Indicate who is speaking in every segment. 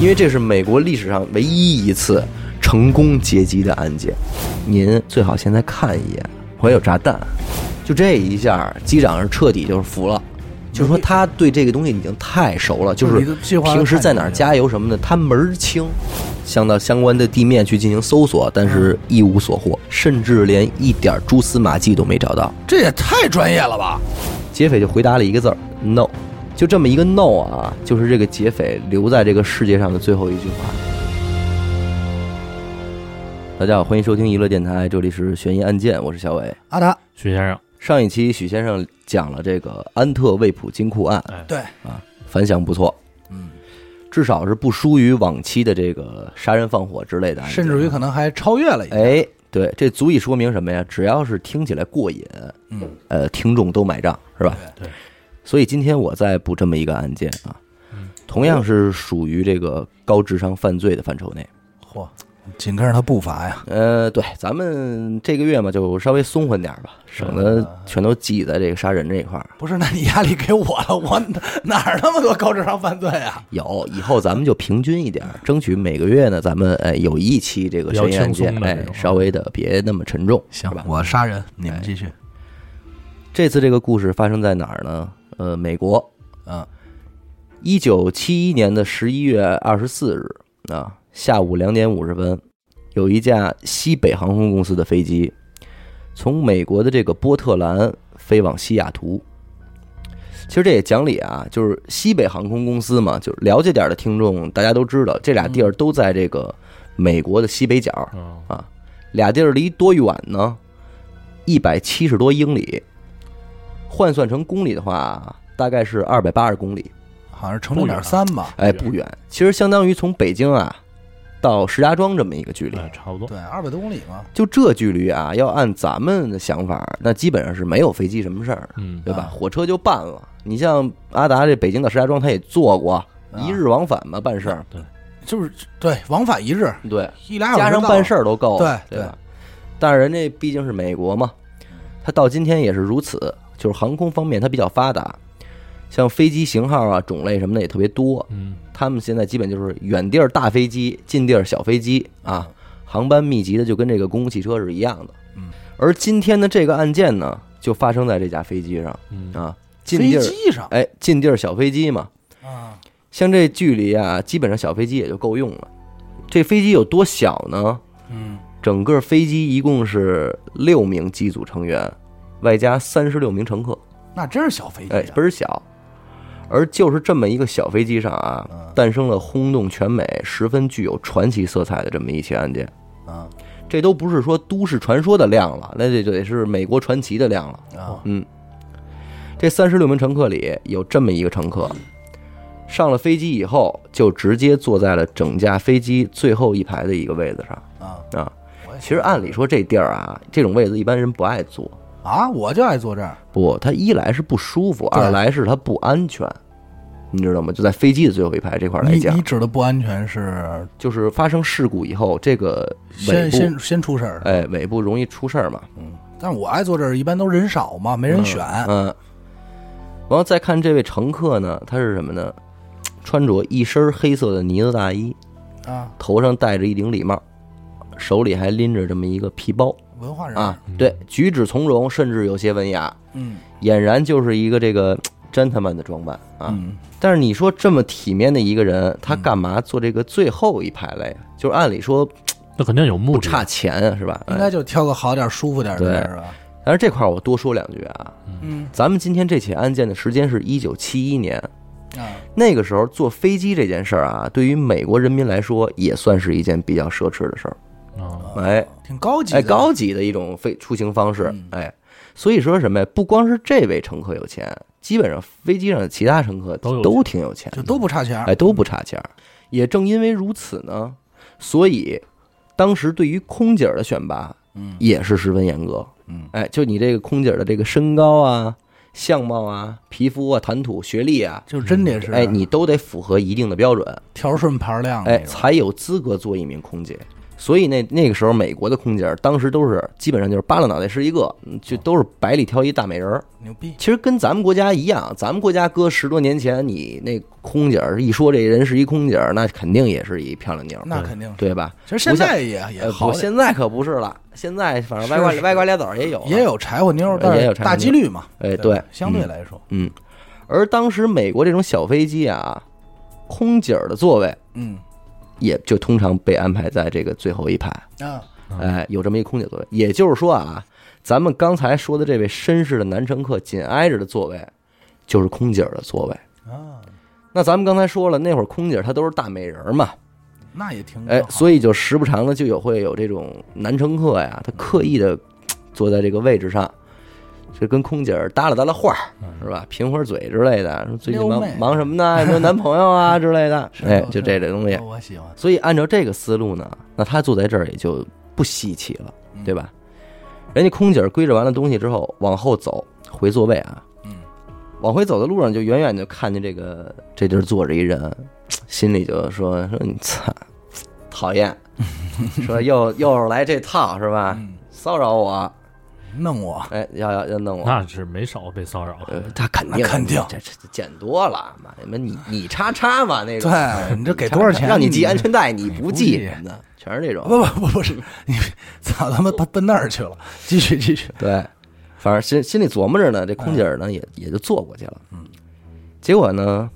Speaker 1: 因为这是美国历史上唯一一次成功劫机的案件。您最好现在看一眼，怀有炸弹。就这一下，机长是彻底就是服了，就是说他对这个东西已经太熟了，就
Speaker 2: 你
Speaker 1: 是
Speaker 2: 的计划都
Speaker 1: 平时
Speaker 2: 太
Speaker 1: 在
Speaker 2: 明
Speaker 1: 哪儿
Speaker 2: 显
Speaker 1: 加油什么的，他门儿清。向到相关的地面去进行搜索，但是一无所获，甚至连一点儿蛛丝马迹都没找到。
Speaker 2: 这也太专业了吧？
Speaker 1: 劫匪就回答了一个字儿 “no”，就这么一个 “no” 啊，就是这个劫匪留在这个世界上的最后一句话。大家好，欢迎收听娱乐电台，这里是悬疑案件，我是小伟。
Speaker 2: 阿达，
Speaker 3: 许先生，
Speaker 1: 上一期许先生讲了这个安特卫普金库案，
Speaker 3: 哎，
Speaker 2: 对，
Speaker 1: 反响不错，
Speaker 2: 嗯，
Speaker 1: 至少是不输于往期的这个杀人放火之类的案件，
Speaker 2: 甚至于可能还超越了一个，
Speaker 1: 哎，对，这足以说明什么呀？只要是听起来过瘾，
Speaker 2: 嗯，
Speaker 1: 呃，听众都买账，是吧？
Speaker 3: 对对。
Speaker 1: 所以今天我再补这么一个案件啊，
Speaker 3: 嗯
Speaker 1: 同样是属于这个高智商犯罪的范畴内。
Speaker 2: 嚯，紧跟着他步伐呀，
Speaker 1: 呃，对，咱们这个月嘛，就稍微松缓点儿吧，省得全都挤在这个杀人这一块儿。
Speaker 2: 不是？那你压力给我了， 我哪儿那么多高智商犯罪啊？
Speaker 1: 有，以后咱们就平均一点 儿，争取每个月呢，咱们哎有一期这个
Speaker 3: 比较
Speaker 1: 悬疑案
Speaker 3: 轻
Speaker 1: 件
Speaker 3: 松，的
Speaker 1: 哎
Speaker 3: 这，种啊
Speaker 1: 稍微的别那么沉重，
Speaker 2: 行
Speaker 1: 是吧？
Speaker 2: 我杀人，你们继续，
Speaker 1: 这次这个故事发生在哪儿呢？呃，美国，啊
Speaker 2: 嗯，
Speaker 1: 一九七一年的十一月二十四日啊，下午两点五十分，有一架西北航空公司的飞机从美国的这个波特兰飞往西雅图。其实这也讲理啊，就是西北航空公司嘛，就是了解点的听众大家都知道，这俩地儿都在这个美国的西北角，
Speaker 3: 嗯，
Speaker 1: 俩地儿离多远呢？一百七十多英里，换算成公里的话，大概是二百八十公里。
Speaker 2: 好像是乘六点三吧，
Speaker 1: 哎，不远，其实相当于从北京啊到石家庄这么一个距离。
Speaker 3: 哎，差不多，
Speaker 2: 对，二百多公里嘛，
Speaker 1: 就这距离啊，要按咱们的想法，那基本上是没有飞机什么事儿，
Speaker 3: 嗯，
Speaker 1: 对吧？
Speaker 2: 啊
Speaker 1: 火车就办了。你像阿达这北京到石家庄，他也坐过，
Speaker 2: 啊
Speaker 1: 一日往返嘛，办事儿。
Speaker 2: 就是对，往返一日，
Speaker 1: 对，
Speaker 2: 一俩小时
Speaker 1: 加上
Speaker 2: 到
Speaker 1: 办事儿都够了，
Speaker 2: 对
Speaker 1: 对吧？但是人家毕竟是美国嘛，它到今天也是如此，就是航空方面它比较发达，像飞机型号啊、种类什么的也特别多。
Speaker 3: 嗯，
Speaker 1: 他们现在基本就是远地儿大飞机，近地儿小飞机啊，航班密集的就跟这个公共汽车是一样的。
Speaker 2: 嗯，
Speaker 1: 而今天的这个案件呢，就发生在这架飞机上
Speaker 3: 嗯，
Speaker 1: 啊，近
Speaker 2: 飞
Speaker 1: 地儿嗯
Speaker 2: 机上
Speaker 1: 哎，近地儿小飞机嘛，
Speaker 2: 啊，
Speaker 1: 像这距离啊，基本上小飞机也就够用了。这飞机有多小呢？
Speaker 2: 嗯，
Speaker 1: 整个飞机一共是六名机组成员，外加三十六名乘客，
Speaker 2: 那真是小飞机
Speaker 1: 哎，
Speaker 2: 啊，
Speaker 1: 倍儿小。而就是这么一个小飞机上啊
Speaker 2: 嗯，
Speaker 1: 诞生了轰动全美、十分具有传奇色彩的这么一起案件。
Speaker 2: 啊
Speaker 1: 这都不是说都市传说的量了，那这就得是美国传奇的量了。
Speaker 2: 啊，
Speaker 1: 嗯，这三十六名乘客里有这么一个乘客，上了飞机以后就直接坐在了整架飞机最后一排的一个位子上
Speaker 2: 啊，
Speaker 1: 啊。
Speaker 2: 我也
Speaker 1: 其实按理说这地儿啊，这种位子一般人不爱坐。
Speaker 2: 啊，我就爱坐这儿，
Speaker 1: 不，它一来是不舒服，
Speaker 2: 对
Speaker 1: 二来是它不安全，你知道吗？就在飞机的最后一排这块儿来
Speaker 2: 你
Speaker 1: 讲
Speaker 2: 你，指的不安全是
Speaker 1: 就是发生事故以后，这个尾
Speaker 2: 先
Speaker 1: 部，
Speaker 2: 先先出事儿，
Speaker 1: 哎，尾部容易出事儿嘛。
Speaker 2: 但是我爱坐这儿，一般都人少嘛，没人选，
Speaker 1: 嗯，然后再看这位乘客呢，他是什么呢？穿着一身黑色的呢子大衣，嗯
Speaker 2: 啊，
Speaker 1: 头上戴着一顶礼帽，手里还拎着这么一个皮包
Speaker 2: 文化人
Speaker 1: 啊，对，举止从容，甚至有些文雅，
Speaker 2: 嗯
Speaker 1: 俨然就是一个这个 gentleman 的装扮啊。
Speaker 2: 嗯，
Speaker 1: 但是你说这么体面的一个人，他干嘛坐这个最后一排来呀？就是按理说
Speaker 3: 那肯定有目
Speaker 1: 不
Speaker 3: 的，
Speaker 1: 差钱啊，是吧？
Speaker 2: 应
Speaker 1: 哎
Speaker 2: 该就挑个好点儿、舒服点儿的地儿吧，
Speaker 1: 但是这块儿我多说两句啊，
Speaker 2: 嗯
Speaker 1: 咱们今天这起案件的时间是一九七一年，
Speaker 2: 啊，
Speaker 1: 那个时候坐飞机这件事儿啊，对于美国人民来说也算是一件比较奢侈的事儿，
Speaker 3: 啊，
Speaker 1: 哎
Speaker 2: 呃挺高级的，
Speaker 1: 哎，高级的一种飞出行方式，
Speaker 2: 嗯
Speaker 1: 哎，所以说什么呀？不光是这位乘客有钱，基本上飞机上的其他乘客
Speaker 3: 都有
Speaker 1: 都挺有钱，
Speaker 2: 就都不差钱儿，
Speaker 1: 哎，都不差钱儿。也正因为如此呢，所以当时对于空姐儿的选拔，
Speaker 2: 嗯，
Speaker 1: 也是十分严格，
Speaker 2: 嗯，
Speaker 1: 哎，就你这个空姐儿的这个身高啊、相貌啊、皮肤啊、谈吐、学历啊，
Speaker 2: 就真得是啊
Speaker 1: 哎，你都得符合一定的标准，
Speaker 2: 条顺盘亮
Speaker 1: 哎
Speaker 2: 那，种，
Speaker 1: 才有资格做一名空姐。所以那那个时候美国的空姐儿当时都是基本上就是扒拉脑袋是一个，嗯就
Speaker 2: 哦
Speaker 1: 都是百里挑一大美人儿。
Speaker 2: 牛逼，
Speaker 1: 其实跟咱们国家一样，咱们国家搁十多年前，你那空姐儿一说这人是一空姐儿，那肯定也是一漂亮妞儿，
Speaker 2: 那肯定是。
Speaker 1: 对吧？
Speaker 2: 其实现在也嗯也
Speaker 1: 呃，
Speaker 2: 好
Speaker 1: 不，
Speaker 2: 点，
Speaker 1: 现在可不是了，现在反正歪瓜
Speaker 2: 是是
Speaker 1: 歪瓜裂枣儿也有，
Speaker 2: 也。有柴火妞儿，
Speaker 1: 也
Speaker 2: 但
Speaker 1: 有
Speaker 2: 是
Speaker 1: 柴火妞
Speaker 2: 大
Speaker 1: 儿
Speaker 2: 几率嘛。
Speaker 1: 哎，
Speaker 2: 对
Speaker 1: 对
Speaker 2: 吧，相对来说，
Speaker 1: 嗯。而当时美国这种小飞机啊，空姐儿的座位
Speaker 2: 嗯
Speaker 1: 也就通常被安排在这个最后一排。
Speaker 2: 啊，
Speaker 1: 哎，有这么一空姐座位。也就是说啊，咱们刚才说的这位绅士的男乘客紧挨着的座位，就是空姐儿的座位。
Speaker 2: 啊，
Speaker 1: 那咱们刚才说了，那会儿空姐儿她都是大美人儿嘛，
Speaker 2: 那也挺
Speaker 1: 哎，
Speaker 2: 以
Speaker 1: 所以就时不常的就有会有这种男乘客呀，他刻意的坐在这个位置上，就跟空姐儿搭了搭了话儿，是吧？贫会儿嘴之类的，说最近
Speaker 2: 撩
Speaker 1: 忙
Speaker 2: 妹
Speaker 1: 忙什么呢？有没有男朋友啊之类的？
Speaker 2: 是
Speaker 1: 哎
Speaker 2: 是，
Speaker 1: 就这类东西。
Speaker 2: 我喜欢，
Speaker 1: 所以按照这个思路呢，那他坐在这儿也就不稀奇了，
Speaker 2: 嗯
Speaker 1: 对吧？人家空姐儿归置完了东西之后，往后走回座位啊，
Speaker 2: 嗯，
Speaker 1: 往回走的路上就远远就看见这个这地儿坐着一人，心里就说说你操，讨 厌，说又又是来这套是吧？
Speaker 2: 嗯
Speaker 1: 骚扰我，
Speaker 2: 弄我，
Speaker 1: 哎，要要要弄我。
Speaker 3: 那是没少被骚扰。
Speaker 1: 呃，他肯定
Speaker 2: 啊那肯定
Speaker 1: 这这这捡多了，妈你们你你叉叉嘛那种，
Speaker 2: 对你这给多少 钱？
Speaker 1: 让你系安全带你不
Speaker 2: 你不
Speaker 1: 系
Speaker 2: 系
Speaker 1: 什么的，全是这种。
Speaker 2: 不不不不是，你操他妈奔奔那儿去了，继续继续，
Speaker 1: 对，反正心心里琢磨着呢，这空姐儿呢也也就坐过去了。嗯，结果呢，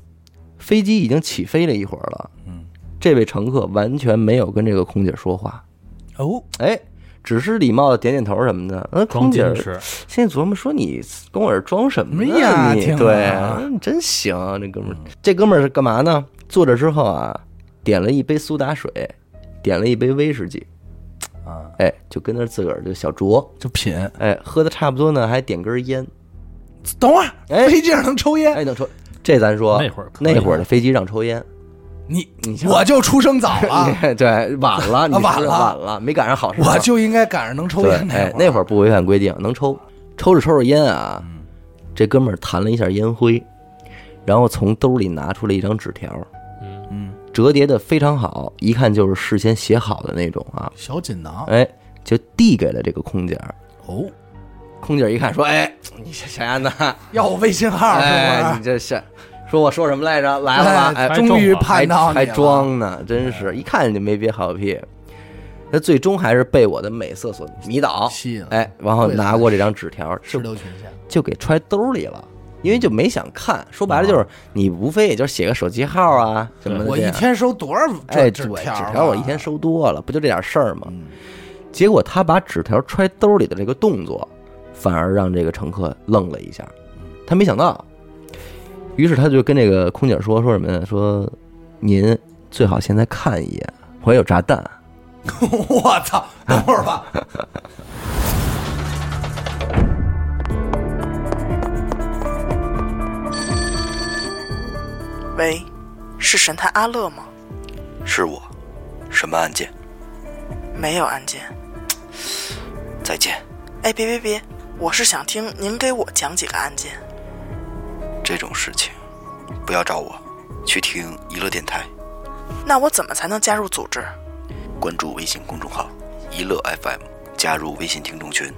Speaker 1: 飞机已经起飞了一会儿了。
Speaker 2: 嗯，
Speaker 1: 这位乘客完全没有跟这个空姐说话，
Speaker 2: 哦，
Speaker 1: 哎，只是礼貌的点点头什么的。那空
Speaker 3: 装
Speaker 1: 姐儿
Speaker 3: 矜持，哎
Speaker 1: 心里琢磨说：“你跟我这儿装什么
Speaker 2: 没呀
Speaker 1: 呀？你
Speaker 2: 听
Speaker 1: 对
Speaker 2: 啊，
Speaker 1: 你真行，这哥们
Speaker 3: 嗯
Speaker 1: 儿，这哥们儿是干嘛呢？坐着之后啊，点了一杯苏打水，点了一杯威士忌，
Speaker 2: 啊，
Speaker 1: 哎，就跟那儿自个儿就小酌，
Speaker 2: 就品。
Speaker 1: 哎，喝的差不多呢，还点根烟。”
Speaker 2: 等会儿，
Speaker 1: 哎
Speaker 2: 飞机上能抽烟？
Speaker 1: 哎，能抽，这咱说
Speaker 3: 那会儿可以
Speaker 1: 那会儿的飞机让抽烟，
Speaker 2: 你
Speaker 1: 你想
Speaker 2: 我就出生早 了，
Speaker 1: 对，晚了，你
Speaker 2: 啊晚
Speaker 1: 是
Speaker 2: 了
Speaker 1: 晚了，没赶上好时候。
Speaker 2: 我就应该赶上能抽
Speaker 1: 对
Speaker 2: 烟，
Speaker 1: 哎，
Speaker 2: 那
Speaker 1: 那会儿不违反规定，能抽，抽着抽着烟啊，
Speaker 2: 嗯
Speaker 1: 这哥们儿弹了一下烟灰，然后从兜里拿出了一张纸条，
Speaker 3: 嗯，
Speaker 1: 折叠的非常好，一看就是事先写好的那种啊，
Speaker 2: 小锦囊
Speaker 1: 哎，就递给了这个空姐儿。
Speaker 2: 哦，
Speaker 1: 空姐儿一看说：“哎，你啊小小丫子，
Speaker 2: 要我微信号是
Speaker 1: 哎，
Speaker 2: 不
Speaker 1: 你
Speaker 2: 是？
Speaker 1: 这是说我说什么来着？来了吧？哎，
Speaker 2: 终于
Speaker 1: 还
Speaker 2: 盼到你
Speaker 1: 还
Speaker 2: 了，
Speaker 1: 装呢，真是一看就没憋好屁。那最终还是被我的美色所迷倒，
Speaker 2: 吸引了
Speaker 1: 哎，然后拿过这张纸条，
Speaker 2: 石
Speaker 1: 就
Speaker 2: 榴裙下，
Speaker 1: 就给揣兜里了，因为就没想看。说白了就是，你无非也就是写个手机号啊什么的。
Speaker 2: 啊我一，天收多少
Speaker 1: 哎，
Speaker 2: 这
Speaker 1: 对，
Speaker 2: 纸
Speaker 1: 纸
Speaker 2: 条啊？
Speaker 1: 条我一天收多了，不就这点事儿吗？
Speaker 2: 嗯
Speaker 1: 结果他把纸条揣兜里的这个动作，反而让这个乘客愣了一下，他没想到，于是他就跟这个空姐说说什么呢？说您最好现在看一眼，我有炸弹。
Speaker 2: 我操！等会儿吧，
Speaker 4: 喂，是神探阿乐吗？
Speaker 5: 是我，什么案件？
Speaker 4: 没有案件。
Speaker 5: 再见，
Speaker 4: 哎，别别别，我是想听您给我讲几个案件。
Speaker 5: 这种事情不要找我，去听娱乐电台，
Speaker 4: 那我怎么才能加入组织？
Speaker 5: 关注微信公众号“娱乐 FM”，加入微信听众群，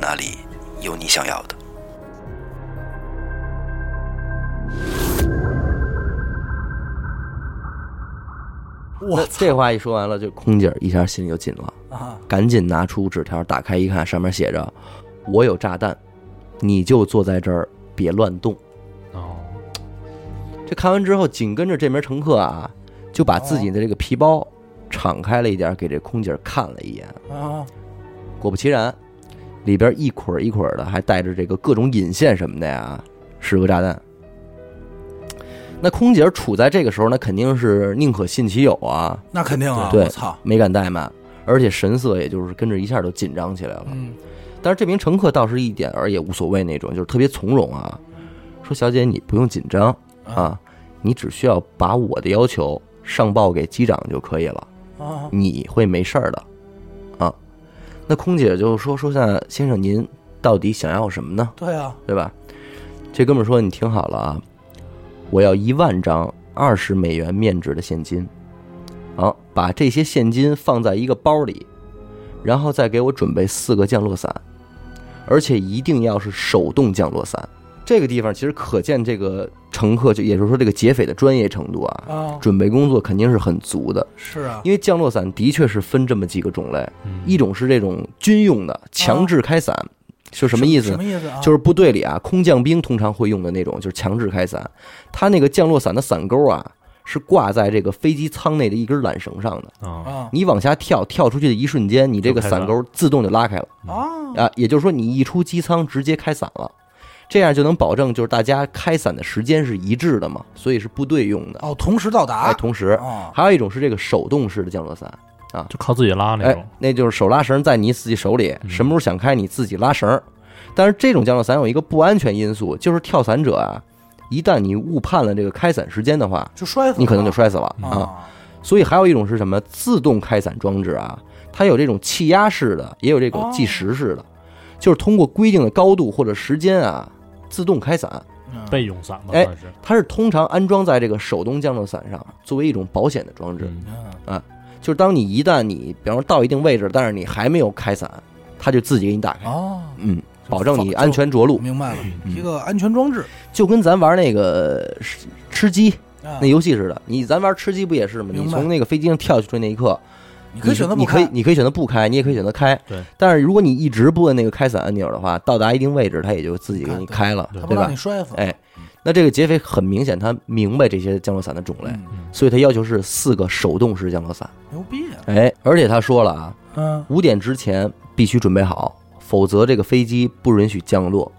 Speaker 5: 那里有你想要的。
Speaker 1: 我这话一说完了，就空姐一下心里就紧了，
Speaker 2: 啊，
Speaker 1: 赶紧拿出纸条打开一看，上面写着：“我有炸弹，你就坐在这儿，别乱动。”
Speaker 3: 哦，
Speaker 1: 这看完之后，紧跟着这名乘客啊，就把自己的这个皮包敞开了一点，给这空姐看了一眼。
Speaker 2: 啊，
Speaker 1: 果不其然，里边一捆儿一捆儿的，还带着这个各种引线什么的呀，是个炸弹。那空姐处在这个时候，那肯定是宁可信其有啊，
Speaker 2: 那肯定啊！
Speaker 1: 对
Speaker 2: 我操，
Speaker 1: 没敢怠慢，而且神色也就是跟着一下就紧张起来了。
Speaker 2: 嗯，
Speaker 1: 但是这名乘客倒是一点儿也无所谓那种，就是特别从容啊，说小姐你不用紧张啊，你只需要把我的要求上报给机长就可以了，
Speaker 2: 啊，
Speaker 1: 你会没事儿的，啊。那空姐就说说那先生您到底想要什么呢？
Speaker 2: 对啊，
Speaker 1: 对吧？这哥们儿说你听好了啊，我要一万张二十美元面值的现金，啊，把这些现金放在一个包里，然后再给我准备四个降落伞，而且一定要是手动降落伞。这个地方其实可见这个乘客，就也就是说这个劫匪的专业程度啊，
Speaker 2: 啊，
Speaker 1: 准备工作肯定是很足的。
Speaker 2: 是啊，
Speaker 1: 因为降落伞的确是分这么几个种类，
Speaker 3: 嗯
Speaker 1: 一种是这种军用的强制开伞，是什么意思
Speaker 2: 哦什？么意思啊？
Speaker 1: 就是是部队里啊，空降兵通常会用的那种，就是强制开伞。它那个降落伞的伞钩啊，是挂在这个飞机舱内的一根缆绳上的。
Speaker 3: 啊，
Speaker 2: 啊
Speaker 1: 你往下跳，跳出去的一瞬间，你这个伞钩自动就拉开了
Speaker 2: 啊，
Speaker 1: 啊，也就是说你一出机舱直接开伞了，这样就能保证就是大家开伞的时间是一致的嘛，所以是部队用的。
Speaker 2: 哦，同时到达
Speaker 1: 哎，同时
Speaker 2: 啊，
Speaker 1: 还有一种是这个手动式的降落伞，
Speaker 3: 就靠自己拉那
Speaker 1: 哎
Speaker 3: 种，，
Speaker 1: 那就是手拉绳在你自己手里，
Speaker 3: 嗯
Speaker 1: 什么时候想开你自己拉绳儿。但是这种降落伞有一个不安全因素，就是跳伞者啊，一旦你误判了这个开伞时间的话，
Speaker 2: 就摔死了，
Speaker 1: 你可能就摔死了
Speaker 3: 嗯
Speaker 1: 啊。
Speaker 2: 啊
Speaker 1: 所以还有一种是什么自动开伞装置啊，它有这种气压式的，也有这种
Speaker 2: 哦
Speaker 1: 计时式的，就是通过规定的高度或者时间啊自动开伞。
Speaker 2: 嗯
Speaker 3: 备用伞吧，
Speaker 1: 哎
Speaker 3: 算是。
Speaker 1: 它是通常安装在这个手动降落伞上，作为一种保险的装置。
Speaker 3: 嗯
Speaker 2: 嗯
Speaker 1: 就是当你一旦你，比方说到一定位置，但是你还没有开伞，它就自己给你打开，
Speaker 2: 哦，
Speaker 1: 嗯，保证你安全着陆，
Speaker 2: 明白了，
Speaker 1: 嗯
Speaker 2: 一个安全装置。
Speaker 1: 就跟咱玩那个呃吃吃鸡
Speaker 2: 啊
Speaker 1: 那游戏似的。你咱玩吃鸡不也是吗？
Speaker 2: 明白
Speaker 1: 你从那个飞机上跳下去那一刻，
Speaker 2: 你可以选择不
Speaker 1: 你可
Speaker 2: 开
Speaker 1: 以，你可以选择不开，你也可以选择开。
Speaker 3: 对。
Speaker 1: 但是如果你一直不摁那个开伞按钮的话，到达一定位置，它也就自己给你开了，
Speaker 2: 他
Speaker 1: 对
Speaker 2: 不让
Speaker 1: 吧
Speaker 2: 你？摔死。
Speaker 1: 哎，那这个劫匪很明显，他明白这些降落伞的种类，
Speaker 2: 嗯，
Speaker 1: 所以他要求是四个手动式降落伞。
Speaker 2: 牛逼啊！
Speaker 1: 哎，而且他说了啊，
Speaker 2: 嗯，
Speaker 1: 五点之前必须准备好，否则这个飞机不允许降落。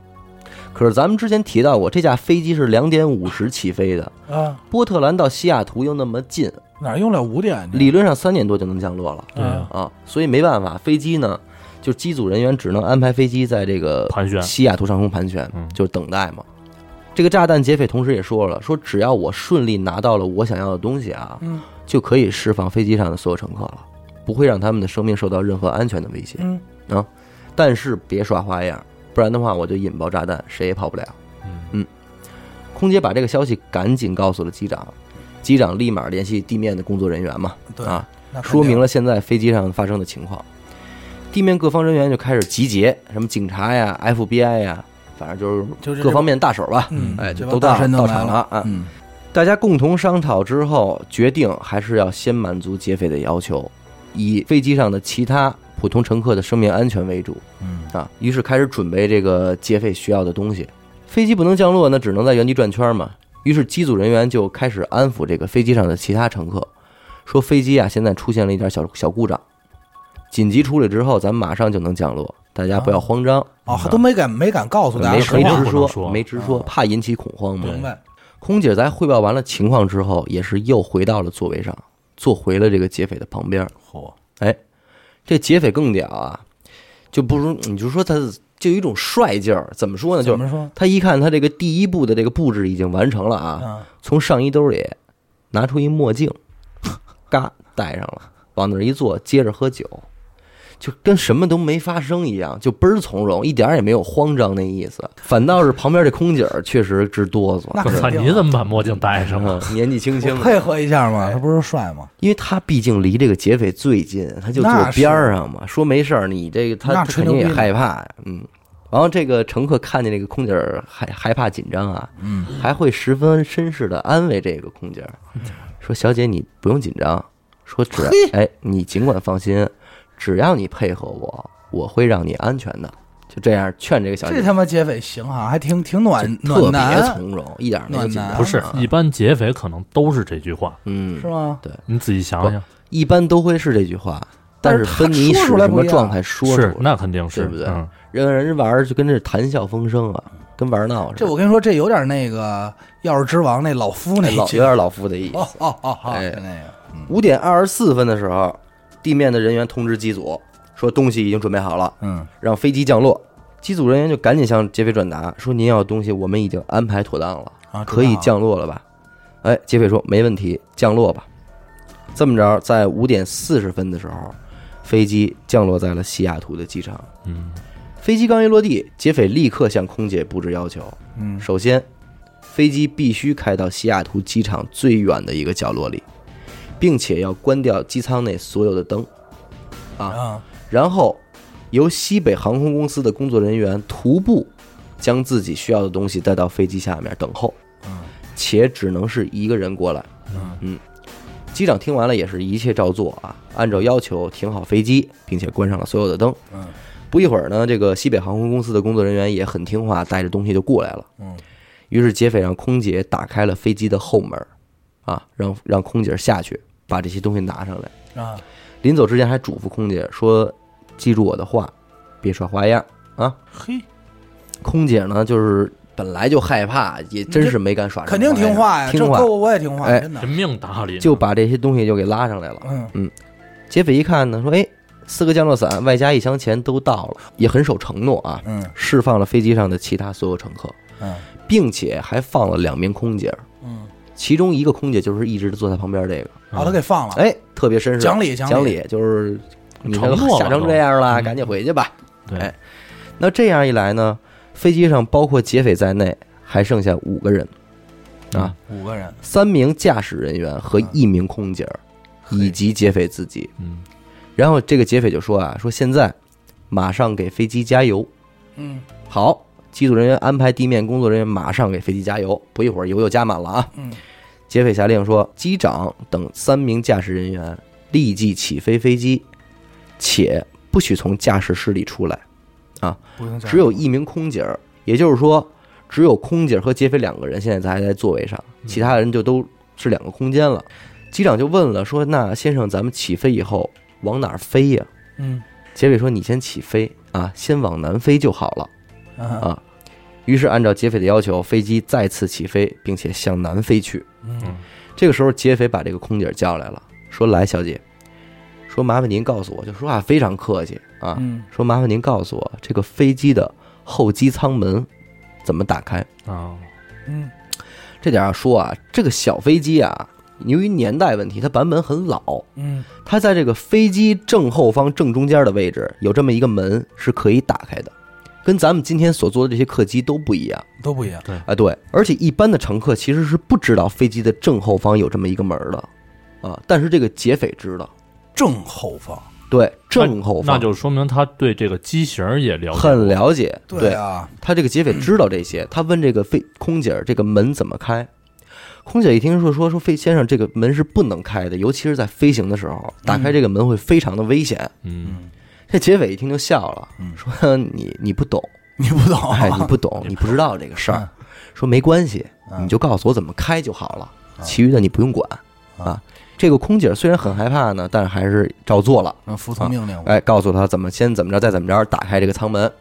Speaker 1: 可是咱们之前提到过，这架飞机是两点五十起飞的，
Speaker 2: 啊，
Speaker 1: 波特兰到西雅图又那么近，
Speaker 2: 哪用了五点？
Speaker 1: 理论上三点多就能降落了
Speaker 3: 对啊，
Speaker 1: 啊，所以没办法，飞机呢，就机组人员只能安排飞机在这个
Speaker 3: 盘旋
Speaker 1: 西雅图上空盘旋
Speaker 3: 嗯，
Speaker 1: 就等待嘛。这个炸弹劫匪同时也说了，说只要我顺利拿到了我想要的东西啊，
Speaker 2: 嗯
Speaker 1: 就可以释放飞机上的所有乘客了，不会让他们的生命受到任何安全的威胁。
Speaker 2: 嗯，
Speaker 1: 但是别耍花样，不然的话我就引爆炸弹，谁也跑不了。
Speaker 3: 嗯
Speaker 1: 空姐把这个消息赶紧告诉了机长，机长立马联系地面的工作人员嘛，
Speaker 2: 对
Speaker 1: 啊，
Speaker 2: 那肯定
Speaker 1: 说明了现在飞机上发生的情况。地面各方人员就开始集结，什么警察呀、FBI 呀，反正就
Speaker 2: 就是是
Speaker 1: 各方面大手吧，
Speaker 2: 嗯
Speaker 1: 哎，就
Speaker 2: 这帮
Speaker 1: 都
Speaker 2: 大
Speaker 1: 到
Speaker 2: 神都
Speaker 1: 到
Speaker 2: 来
Speaker 1: 场
Speaker 2: 了
Speaker 1: 了啊。
Speaker 2: 嗯
Speaker 1: 大家共同商讨之后，决定还是要先满足劫匪的要求，以飞机上的其他普通乘客的生命安全为主。
Speaker 2: 嗯
Speaker 1: 啊，于是开始准备这个劫匪需要的东西。飞机不能降落，那只能在原地转圈嘛。于是机组人员就开始安抚这个飞机上的其他乘客，说飞机啊现在出现了一点小小故障，紧急处理之后，咱马上就能降落，大家不要慌张。
Speaker 2: 哦，还都没敢没敢告诉大家
Speaker 1: 没
Speaker 2: 实
Speaker 1: 没
Speaker 2: 话，
Speaker 1: 直
Speaker 3: 不能
Speaker 1: 说，
Speaker 3: 说
Speaker 1: 没直说，
Speaker 2: 啊
Speaker 1: 怕引起恐慌嘛。
Speaker 2: 明白？
Speaker 1: 空姐在汇报完了情况之后，也是又回到了座位上，坐回了这个劫匪的旁边。
Speaker 2: 嚯，
Speaker 1: 哎，这劫匪更屌啊，就不如你就说他就有一种帅劲儿，怎么说呢？就
Speaker 2: 怎
Speaker 1: 是
Speaker 2: 么说？
Speaker 1: 他一看他这个第一步的这个布置已经完成了啊，
Speaker 2: 啊，
Speaker 1: 从上衣兜里拿出一墨 镜，嘎戴上了，往那儿一坐，接着喝酒。就跟什么都没发生一样，就倍儿从容，一点儿也没有慌张那意思，反倒是旁边这空姐儿确实直哆嗦。
Speaker 2: 那
Speaker 3: 我
Speaker 2: 肯
Speaker 3: 操，
Speaker 2: 定啊
Speaker 3: 你怎么把墨镜戴上啊了？
Speaker 1: 嗯，年纪轻轻
Speaker 2: 我
Speaker 1: 的，
Speaker 2: 配合一下
Speaker 1: 哎
Speaker 2: 嘛，他不是帅吗？
Speaker 1: 因为他毕竟离这个劫匪最近，他就
Speaker 2: 那
Speaker 1: 坐
Speaker 2: 是
Speaker 1: 边儿上嘛，说没事儿，你这个他
Speaker 2: 那
Speaker 1: 他
Speaker 2: 吹
Speaker 1: 肯
Speaker 2: 牛
Speaker 1: 定也
Speaker 2: 逼呢
Speaker 1: 害怕呀，嗯。然后这个乘客看见这个空姐儿害害怕紧张啊，
Speaker 2: 嗯，
Speaker 1: 还会十分绅士的安慰这个空姐儿，说：“小姐，你不用紧张，说只要哎，你尽管放心，只要你配合我，我会让你安全的。”就这样劝这个小姐
Speaker 2: 这，他妈劫匪行哈，还挺挺暖
Speaker 1: 特
Speaker 2: 暖
Speaker 1: 别
Speaker 2: 男，啊
Speaker 1: 从容，一点儿没有紧
Speaker 2: 暖
Speaker 1: 张。啊
Speaker 2: 男
Speaker 3: 不是，一般劫匪可能都是这句话，
Speaker 1: 嗯，
Speaker 2: 是吗？
Speaker 3: 你仔细想想，
Speaker 1: 一般都会是这句话，
Speaker 2: 但
Speaker 1: 但
Speaker 2: 是
Speaker 1: 是
Speaker 2: 他
Speaker 1: 分你
Speaker 2: 说
Speaker 1: 使
Speaker 2: 出来
Speaker 1: 什
Speaker 2: 不
Speaker 1: 么
Speaker 2: 一样
Speaker 1: 状态说出
Speaker 3: 是
Speaker 1: 来，
Speaker 3: 那肯定是，
Speaker 1: 对不对
Speaker 3: 嗯，
Speaker 1: 让人玩儿就跟这谈笑风生啊，跟玩儿闹似
Speaker 2: 这
Speaker 1: 的。
Speaker 2: 我跟你说，这有点那个《钥匙之王》那老夫那
Speaker 1: 哎老
Speaker 2: 劲
Speaker 1: 有点老夫的意
Speaker 2: 哦
Speaker 1: 思。
Speaker 2: 哦哦哦，
Speaker 1: 哎
Speaker 2: 就那个
Speaker 1: 五点二十四分的时候，地面的人员通知机组说东西已经准备好了，
Speaker 2: 嗯
Speaker 1: 让飞机降落。机组人员就赶紧向劫匪转达说：“您要的东西我们已经安排妥当了，
Speaker 2: 啊，
Speaker 1: 可以
Speaker 2: 知道
Speaker 1: 降落了吧？”哎，劫匪说：“没问题，降落吧。”这么着，在五点四十分的时候，飞机降落在了西雅图的机场。
Speaker 3: 嗯，
Speaker 1: 飞机刚一落地，劫匪立刻向空姐布置要求：
Speaker 2: 嗯
Speaker 1: 首先，飞机必须开到西雅图机场最远的一个角落里，并且要关掉机舱内所有的灯，啊，
Speaker 2: 啊，
Speaker 1: 然后由西北航空公司的工作人员徒步将自己需要的东西带到飞机下面等候，
Speaker 2: 嗯
Speaker 1: 且只能是一个人过来。嗯，机长听完了也是一切照做啊，按照要求停好飞机，并且关上了所有的灯。
Speaker 2: 嗯，
Speaker 1: 不一会儿呢，这个西北航空公司的工作人员也很听话，带着东西就过来了。
Speaker 2: 嗯，
Speaker 1: 于是劫匪让空姐打开了飞机的后门，啊，让让空姐下去把这些东西拿上来。
Speaker 2: 啊，
Speaker 1: 临走之前还嘱咐空姐说：“记住我的话，别耍花样啊
Speaker 2: 嘿，！”
Speaker 1: 空姐呢，就是本来就害怕，也真是没敢耍什
Speaker 2: 肯
Speaker 1: 么
Speaker 2: 定
Speaker 1: 花样。
Speaker 2: 听话呀，这
Speaker 1: 听话
Speaker 2: 哥我我也听话，
Speaker 1: 哎
Speaker 2: 真的
Speaker 3: 人。命搭理呢
Speaker 1: 就把这些东西就给拉上来了。
Speaker 2: 嗯
Speaker 1: 劫匪一看呢，说：“哎，四个降落伞外加一箱钱都到了，也很守承诺啊，
Speaker 2: 嗯
Speaker 1: 释放了飞机上的其他所有乘客，
Speaker 2: 嗯
Speaker 1: 并且还放了两名空姐儿，
Speaker 2: 嗯，
Speaker 1: 其中一个空姐就是一直坐在旁边这个，
Speaker 2: 把他给放了。
Speaker 1: 哎，特别绅士，
Speaker 2: 讲理
Speaker 1: 讲
Speaker 2: 讲理
Speaker 1: 理，就是你
Speaker 3: 承
Speaker 1: 都
Speaker 3: 诺了
Speaker 1: 吓成这样了，
Speaker 3: 嗯
Speaker 1: 赶紧回去吧。
Speaker 3: 对
Speaker 1: 哎，那这样一来呢，飞机上包括劫匪在内还剩下五个人，啊，
Speaker 2: 五个人，
Speaker 1: 三名驾驶人员和一名空姐儿，以及劫匪自己。
Speaker 3: 嗯，
Speaker 1: 然后这个劫匪就说啊，说现在马上给飞机加油。
Speaker 2: 嗯
Speaker 1: 好，机组人员安排地面工作人员马上给飞机加油。不一会儿油又加满了啊！
Speaker 2: 嗯
Speaker 1: 劫匪下令说，机长等三名驾驶人员立即起飞飞机，且不许从驾驶室里出来，
Speaker 2: 不用讲，
Speaker 1: 只有一名空姐儿。也就是说，只有空姐儿和劫匪两个人现在还在座位上，其他人就都是两个空间了。机长就问了，说：“那先生，咱们起飞以后往哪儿飞呀？”
Speaker 2: 嗯
Speaker 1: 劫匪说：“你先起飞啊，先往南飞就好了
Speaker 2: 啊
Speaker 1: 啊。”于是按照劫匪的要求，飞机再次起飞，并且向南飞去。
Speaker 2: 嗯
Speaker 1: 这个时候，劫匪把这个空姐叫来了，说：“来，小姐，说麻烦您告诉我，就说话非常客气啊，
Speaker 2: 嗯
Speaker 1: 说麻烦您告诉我这个飞机的后机舱门怎么打开。
Speaker 3: 啊，
Speaker 2: 嗯，
Speaker 1: 这点要说啊，这个小飞机啊，由于年代问题，它版本很老，
Speaker 2: 嗯
Speaker 1: 它在这个飞机正后方正中间的位置有这么一个门是可以打开的，跟咱们今天所做的这些客机都不一样
Speaker 2: 都不一样。
Speaker 1: 啊。对，而且一般的乘客其实是不知道飞机的正后方有这么一个门儿的啊，但是这个劫匪知道，
Speaker 2: 正后方，
Speaker 1: 对，正后
Speaker 3: 那
Speaker 1: 方
Speaker 3: 就说明他对这个机型儿也了解，
Speaker 1: 很了解，对
Speaker 2: 啊，
Speaker 1: 他这个劫匪知道这些，他问这个飞空姐儿这个门怎么开。空姐一听说说说飞先生这个门是不能开的，尤其是在飞行的时候，打开这个门会非常的危险。
Speaker 3: 嗯，
Speaker 1: 这劫匪一听就笑了，说你你不懂，
Speaker 2: 你不懂啊，
Speaker 1: 哎，你不懂，你不知道这个事儿。说没关系，你就告诉我怎么开就好了，其余的你不用管啊。这个空姐虽然很害怕呢，但是还是照做了。
Speaker 2: 嗯服从命令。
Speaker 1: 哎，告诉他怎么先怎么着，再怎么着打开这个舱门。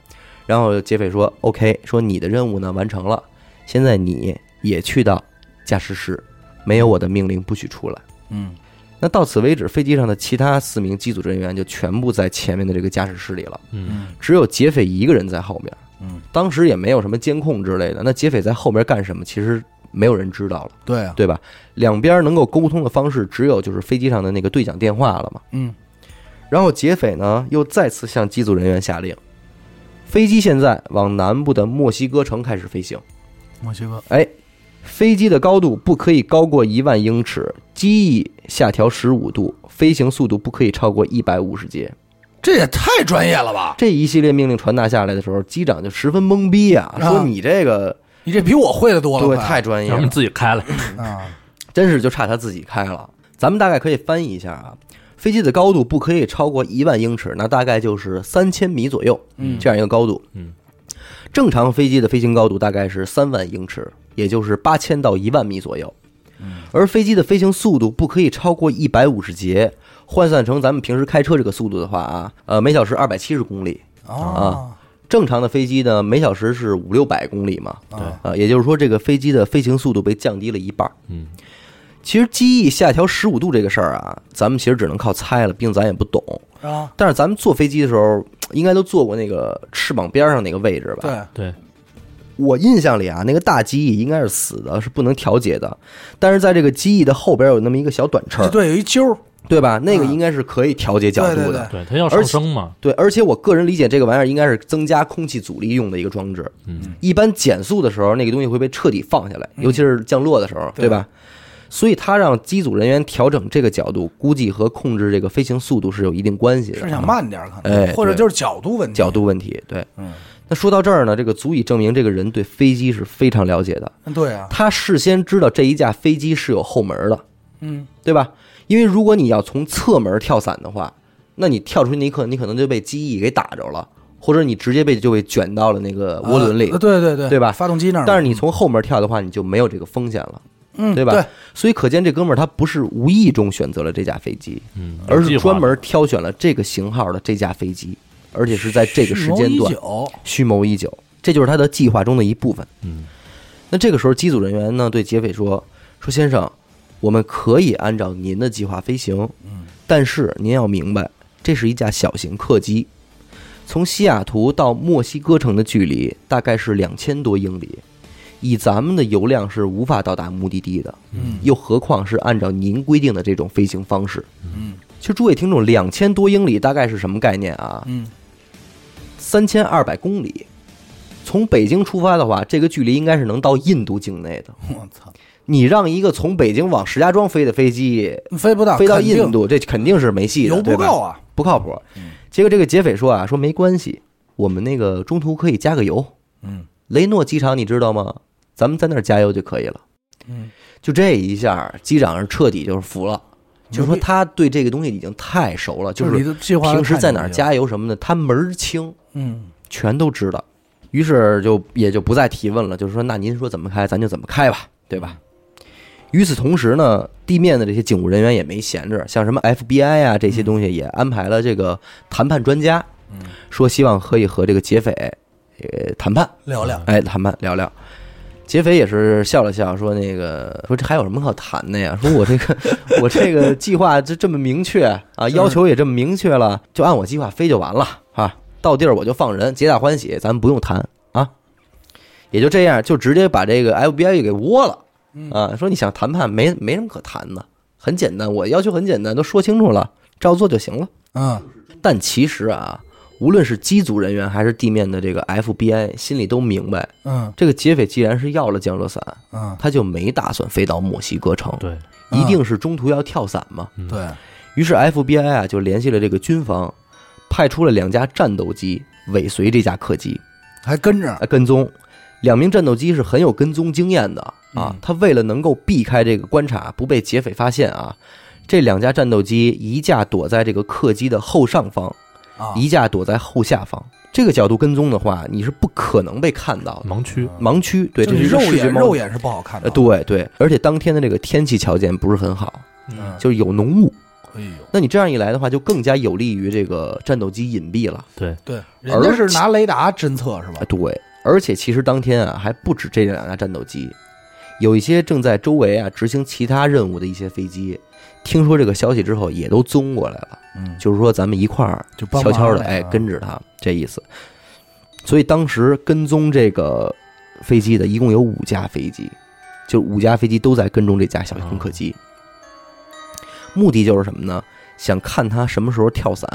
Speaker 1: 然后劫匪说：“OK，说你的任务呢完成了，现在你也去到驾驶室，没有我的命令不许出来。
Speaker 2: 嗯”
Speaker 1: 那到此为止，飞机上的其他四名机组人员就全部在前面的这个驾驶室里了，
Speaker 3: 嗯，
Speaker 1: 只有劫匪一个人在后面。
Speaker 2: 嗯，
Speaker 1: 当时也没有什么监控之类的，那劫匪在后面干什么，其实没有人知道了，
Speaker 2: 对啊，
Speaker 1: 对吧？两边能够沟通的方式只有就是飞机上的那个对讲电话了嘛。
Speaker 2: 嗯
Speaker 1: 然后劫匪呢又再次向机组人员下令，飞机现在往南部的墨西哥城开始飞行。
Speaker 2: 墨西哥，
Speaker 1: 哎，飞机的高度不可以高过一万英尺，机翼下调十五度，飞行速度不可以超过一百五十节。
Speaker 2: 这也太专业了吧？
Speaker 1: 这一系列命令传达下来的时候，机长就十分懵逼啊，
Speaker 2: 啊
Speaker 1: 说你这个
Speaker 2: 你这比我会的多了
Speaker 1: 对
Speaker 2: 快，
Speaker 1: 太专业
Speaker 3: 要不你
Speaker 1: 了，
Speaker 3: 自己开了，
Speaker 2: 啊，
Speaker 1: 真是就差他自己开了。咱们大概可以翻译一下啊。飞机的高度不可以超过一万英尺，那大概就是三千米左右，嗯，这样一个高度，
Speaker 3: 嗯，
Speaker 1: 正常飞机的飞行高度大概是三万英尺，也就是八千到一万米左右。而飞机的飞行速度不可以超过一百五十节，换算成咱们平时开车这个速度的话啊，呃，每小时二百七十公里。啊
Speaker 2: 哦，
Speaker 1: 正常的飞机呢，每小时是五六百公里嘛，对，啊，也就是说这个飞机的飞行速度被降低了一半。
Speaker 3: 嗯，
Speaker 1: 其实机翼下调十五度这个事儿啊，咱们其实只能靠猜了，毕竟咱也不懂。
Speaker 2: 啊，
Speaker 1: 但是咱们坐飞机的时候，应该都坐过那个翅膀边上那个位置吧？
Speaker 2: 对，
Speaker 3: 对，
Speaker 1: 我印象里啊，那个大机翼应该是死的，是不能调节的。但是在这个机翼的后边有那么一个小短翅
Speaker 2: 这
Speaker 1: 儿，
Speaker 2: 对有一揪儿，
Speaker 1: 对吧？那个应该是可以调节角度的。
Speaker 2: 对对对
Speaker 3: 对他要上升嘛，
Speaker 1: 对而且我个人理解，这个玩意儿应该是增加空气阻力用的一个装置。
Speaker 3: 嗯，
Speaker 1: 一般减速的时候，那个东西会被彻底放下来，尤其是降落的时候，
Speaker 2: 嗯对
Speaker 1: 吧？所以他让机组人员调整这个角度，估计和控制这个飞行速度是有一定关系的。
Speaker 2: 是想慢点儿可能，
Speaker 1: 哎
Speaker 2: 或者
Speaker 1: 对
Speaker 2: 就是角度问题。
Speaker 1: 角度问题，对。
Speaker 2: 嗯，
Speaker 1: 那说到这儿呢，这个足以证明这个人对飞机是非常了解的。
Speaker 2: 对啊，
Speaker 1: 他事先知道这一架飞机是有后门的，
Speaker 2: 嗯，
Speaker 1: 对吧？因为如果你要从侧门跳伞的话，那你跳出去那一刻，你可能就被机翼给打着了，或者你直接被就被卷到了那个涡轮里。
Speaker 2: 啊对对对，
Speaker 1: 对吧
Speaker 2: 发动机那儿嘛，
Speaker 1: 但是你从后门跳的话，你就没有这个风险了，
Speaker 2: 嗯，
Speaker 1: 对吧？所以可见这哥们儿他不是无意中选择了这架飞机，
Speaker 3: 嗯，
Speaker 1: 而
Speaker 3: 有计
Speaker 1: 是
Speaker 3: 划
Speaker 1: 专门挑选了这个型号的这架飞机，而且是在这个时间段
Speaker 2: 蓄谋已久
Speaker 1: 蓄谋已久，这就是他的计划中的一部分。
Speaker 3: 嗯，
Speaker 1: 那这个时候，机组人员呢对劫匪说：“说先生，我们可以按照您的计划飞行，但是您要明白，这是一架小型客机，从西雅图到墨西哥城的距离大概是两千多英里，以咱们的油量是无法到达目的地的，
Speaker 2: 嗯
Speaker 1: 又何况是按照您规定的这种飞行方式。
Speaker 2: 嗯
Speaker 1: 其实诸位听众，两千多英里大概是什么概念啊？
Speaker 2: 嗯，
Speaker 1: 三千二百公里。从北京出发的话，这个距离应该是能到印度境内的。
Speaker 2: 嗯我操，
Speaker 1: 你让一个从北京往石家庄飞的飞机
Speaker 2: 飞不到，
Speaker 1: 飞到
Speaker 2: 啊肯定
Speaker 1: 印度，这肯定是没戏的，
Speaker 2: 油
Speaker 1: 对
Speaker 2: 不
Speaker 1: 吧嗯
Speaker 2: 够，啊，
Speaker 1: 不靠谱。结果这个劫匪说啊，说没关系，我们那个中途可以加个油。
Speaker 2: 嗯，
Speaker 1: 雷诺机场你知道吗？咱们在那儿加油就可以了。
Speaker 2: 嗯，
Speaker 1: 就这一下，机长是彻底就是服了，就是说
Speaker 2: 牛逼
Speaker 1: 他对这个东西已经太熟了，就
Speaker 2: 就是你
Speaker 1: 是
Speaker 2: 的计划
Speaker 1: 平时在哪
Speaker 2: 太
Speaker 1: 儿
Speaker 2: 牛逼了，
Speaker 1: 加油什么的，他门儿清。
Speaker 2: 嗯
Speaker 1: 全都知道，于是就也就不再提问了，就是说那您说怎么开，咱就怎么开吧，对吧？与此同时呢，地面的这些警务人员也没闲着，像什么 FBI 啊这些东西也安排了这个谈判专家，
Speaker 2: 嗯
Speaker 1: 说希望可以和这个劫匪呃谈判，
Speaker 2: 聊聊，
Speaker 1: 哎，谈判聊聊。劫匪也是笑了笑，说：“那个，说这还有什么可谈的呀？说我这个， 我这个计划就这么明确啊，要求也这么明确了，就按我计划飞就完了啊。到地儿我就放人，皆大欢喜，咱们不用谈啊。也就这样，就直接把这个 FBI 给窝了啊。说你想谈判，没没什么可谈的，很简单，我要求很简单，都说清楚了，照做就行了。
Speaker 2: 嗯
Speaker 1: 但其实啊，无论是机组人员还是地面的这个 FBI，心里都明白。”
Speaker 2: 嗯
Speaker 1: 这个劫匪既然是要了降落伞，
Speaker 2: 嗯，
Speaker 1: 他就没打算飞到墨西哥城，
Speaker 3: 对，
Speaker 2: 啊
Speaker 1: 一定是中途要跳伞嘛。
Speaker 2: 对，
Speaker 1: 于是 FBI 啊就联系了这个军方，派出了两架战斗机尾随这架客机
Speaker 2: 还跟着
Speaker 1: 来跟踪。两名战斗机是很有跟踪经验的啊
Speaker 2: 嗯，
Speaker 1: 他为了能够避开这个观察，不被劫匪发现啊，这两架战斗机一架躲在这个客机的后上方，
Speaker 2: 啊，
Speaker 1: 一架躲在后下方。这个角度跟踪的话，你是不可能被看到的。
Speaker 3: 盲区，
Speaker 1: 盲区，对，
Speaker 2: 就
Speaker 1: 这是
Speaker 2: 你
Speaker 1: 一个
Speaker 2: 肉
Speaker 1: 视觉
Speaker 2: 眼
Speaker 1: 盲区
Speaker 2: 肉眼是不好看
Speaker 1: 呃，，
Speaker 2: 的，
Speaker 1: 对对，而且当天的这个天气条件不是很好，
Speaker 2: 嗯，
Speaker 1: 就是有浓雾。
Speaker 2: 哎呦，
Speaker 1: 那你这样一来的话，就更加有利于这个战斗机隐蔽了。
Speaker 3: 对，
Speaker 2: 对，人家
Speaker 1: 而
Speaker 2: 是拿雷达侦测是吧
Speaker 1: 啊，？对，而且其实当天啊，还不止这两架战斗机，有一些正在周围啊执行其他任务的一些飞机，听说这个消息之后也都踪过来了，
Speaker 2: 嗯，
Speaker 1: 就是说咱们一块儿
Speaker 2: 就帮
Speaker 1: 悄悄的
Speaker 2: 忙
Speaker 1: 哎
Speaker 2: 啊
Speaker 1: 跟着他，这意思。所以当时跟踪这个飞机的一共有五架飞机，就五架飞机都在跟踪这架小型客机。目的就是什么呢？想看他什么时候跳伞，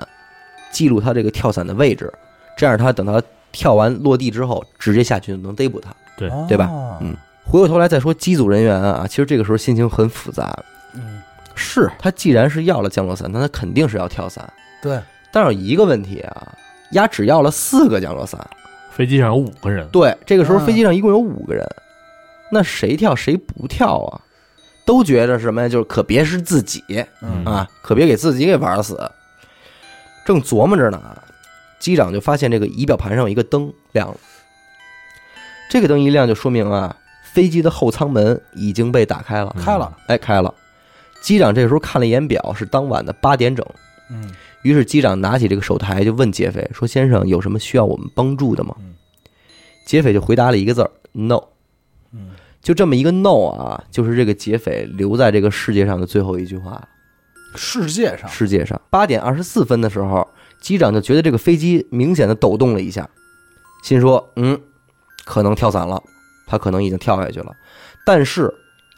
Speaker 1: 记录他这个跳伞的位置，这样他等他跳完落地之后，直接下去就能逮捕他。
Speaker 2: 哦
Speaker 1: 对吧嗯回过头来再说机组人员啊，其实这个时候心情很复杂。
Speaker 2: 嗯，
Speaker 1: 是他既然是要了降落伞，那他肯定是要跳伞。
Speaker 2: 对，
Speaker 1: 但有一个问题啊，丫只要了四个降落伞。
Speaker 3: 飞机上有五个人，
Speaker 1: 对，这个时候
Speaker 2: 啊
Speaker 1: 飞机上一共有五个人，那谁跳谁不跳啊？都觉着什么呀？就是可别是自己
Speaker 2: 嗯
Speaker 1: 啊，可别给自己给玩死。正琢磨着呢，机长就发现这个仪表盘上有一个灯亮了。这个灯一亮，就说明啊，飞机的后舱门已经被打开了。
Speaker 2: 开了，
Speaker 1: 哎，开了。机长这时候看了一眼表，是当晚的八点整。
Speaker 2: 嗯
Speaker 1: 于是机长拿起这个手台就问劫匪说：“先生，有什么需要我们帮助的吗
Speaker 2: 嗯？”
Speaker 1: 劫匪就回答了一个字儿：“no。
Speaker 2: 嗯”
Speaker 1: 就这么一个 “no” 啊，就是这个劫匪留在这个世界上的最后一句话。
Speaker 2: 世界上
Speaker 1: 世界上八点二十四分的时候，机长就觉得这个飞机明显的抖动了一下，心说：“嗯，可能跳伞了，他可能已经跳下去了。”但是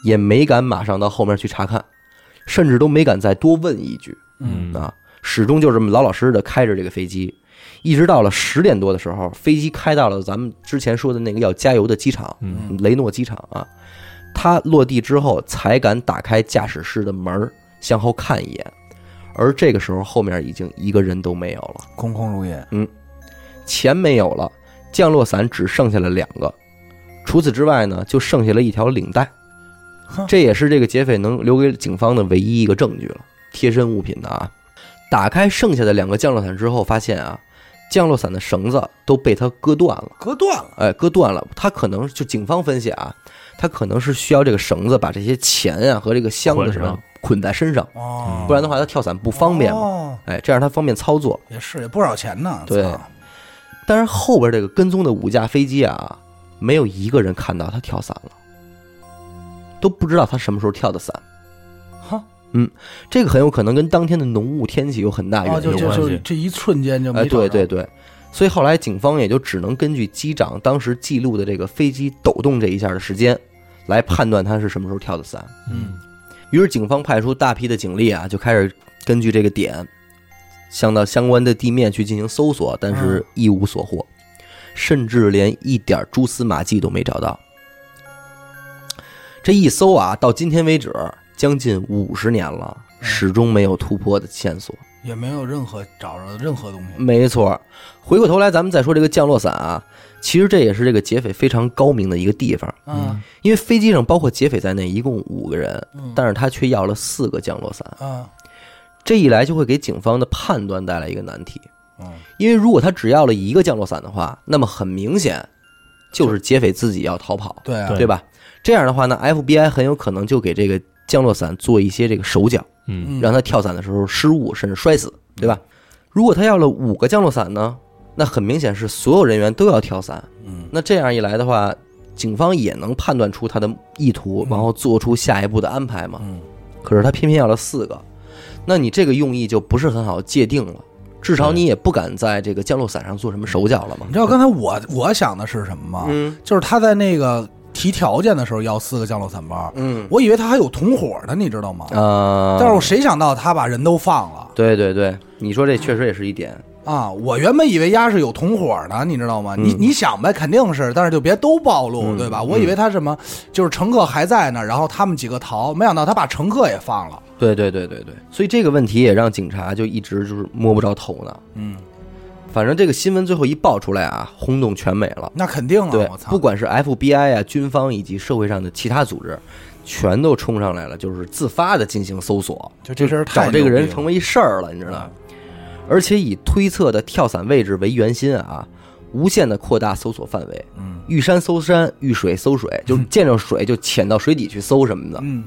Speaker 1: 也没敢马上到后面去查看，甚至都没敢再多问一句。
Speaker 3: 嗯
Speaker 1: 啊，始终就这么老老实实的开着这个飞机，一直到了十点多的时候，飞机开到了咱们之前说的那个要加油的机场，
Speaker 3: 嗯
Speaker 1: 雷诺机场啊。他落地之后才敢打开驾驶室的门儿向后看一眼，而这个时候后面已经一个人都没有了，
Speaker 2: 空空如也。
Speaker 1: 钱没有了，降落伞只剩下了两个，除此之外呢，就剩下了一条领带
Speaker 2: 哼，
Speaker 1: 这也是这个劫匪能留给警方的唯一一个证据了，贴身物品的啊。打开剩下的两个降落伞之后，发现啊，降落伞的绳子都被他割断了。
Speaker 2: 割断了，
Speaker 1: 哎，割断了。他可能就警方分析啊，他可能是需要这个绳子把这些钱啊和这个箱子什
Speaker 3: 捆
Speaker 1: 么
Speaker 3: 上
Speaker 1: 捆在身上，
Speaker 2: 哦，
Speaker 1: 不然的话他跳伞不方便嘛。
Speaker 2: 哦，
Speaker 1: 哎，这样他方便操作。
Speaker 2: 也是也不少钱呢。
Speaker 1: 对
Speaker 2: 操
Speaker 1: 但是后边这个跟踪的五架飞机啊，没有一个人看到他跳伞了，都不知道他什么时候跳的伞。
Speaker 2: 哈，
Speaker 1: 这个很有可能跟当天的浓雾天气有很大原
Speaker 2: 哦，
Speaker 1: 因。
Speaker 2: 就
Speaker 3: 有
Speaker 2: 就
Speaker 3: 关系
Speaker 2: 就这一瞬间就没
Speaker 1: 哎，
Speaker 2: 找
Speaker 1: 对对，
Speaker 2: 着
Speaker 1: 对，所以后来警方也就只能根据机长当时记录的这个飞机抖动这一下的时间，来判断他是什么时候跳的伞。
Speaker 3: 嗯，
Speaker 1: 于是警方派出大批的警力啊，就开始根据这个点，向到相关的地面去进行搜索，但是一无所获，甚至连一点蛛丝马迹都没找到。这一搜啊，到今天为止将近五十年了，始终没有突破的线索。
Speaker 2: 也没有任何找着任何东西。
Speaker 1: 没错，回过头来咱们再说这个降落伞啊，其实这也是这个劫匪非常高明的一个地方，
Speaker 2: 嗯
Speaker 1: 因为飞机上包括劫匪在内一共五个人，
Speaker 2: 嗯
Speaker 1: 但是他却要了四个降落伞，
Speaker 2: 啊
Speaker 1: 这一来就会给警方的判断带来一个难题，
Speaker 2: 嗯，
Speaker 1: 因为如果他只要了一个降落伞的话，那么很明显就是劫匪自己要逃跑，
Speaker 2: 对啊，
Speaker 3: 对
Speaker 1: 对吧？这样的话呢，FBI 很有可能就给这个降落伞做一些这个手脚。
Speaker 3: 嗯，
Speaker 2: 嗯
Speaker 1: 让他跳伞的时候失误，甚至摔死，对吧？如果他要了五个降落伞呢，那很明显是所有人员都要跳伞。
Speaker 2: 嗯，
Speaker 1: 那这样一来的话，警方也能判断出他的意图，然后做出下一步的安排嘛。
Speaker 2: 嗯
Speaker 1: 可是他偏偏要了四个，那你这个用意就不是很好界定了。至少你也不敢在这个降落伞上做什么手脚了嘛
Speaker 2: 你。知道刚才我我想的是什么吗？
Speaker 1: 嗯
Speaker 2: 就是他在那个提条件的时候要四个降落伞包，
Speaker 1: 嗯
Speaker 2: 我以为他还有同伙呢，你知道吗？
Speaker 1: 啊，
Speaker 2: 嗯但是我谁想到他把人都放了
Speaker 1: 对对对，你说这确实也是一点。
Speaker 2: 啊！我原本以为丫是有同伙呢，你知道吗？你
Speaker 1: 嗯
Speaker 2: 你想呗，肯定是，但是就别都暴露，
Speaker 1: 嗯
Speaker 2: 对吧？我以为他什么，就是乘客还在呢，然后他们几个逃，没想到他把乘客也放了。
Speaker 1: 对对对对对，所以这个问题也让警察就一直就是摸不着头脑。
Speaker 2: 嗯，
Speaker 1: 反正这个新闻最后一爆出来啊，轰动全美了。
Speaker 2: 那肯定啊！
Speaker 1: 对
Speaker 2: 我，操，
Speaker 1: 不管是 FBI 啊、军方以及社会上的其他组织，全都冲上来了，就是自发的进行搜索，
Speaker 2: 就这事儿太
Speaker 1: 找这个
Speaker 2: 牛
Speaker 1: 人
Speaker 2: 逼了嗯
Speaker 1: 成为一事儿了，你知道吗？而且以推测的跳伞位置为圆心啊，无限的扩大搜索范围，
Speaker 2: 嗯，
Speaker 1: 遇山搜山，遇水搜水， 就是见着水就潜到水底去搜什么的，
Speaker 2: 嗯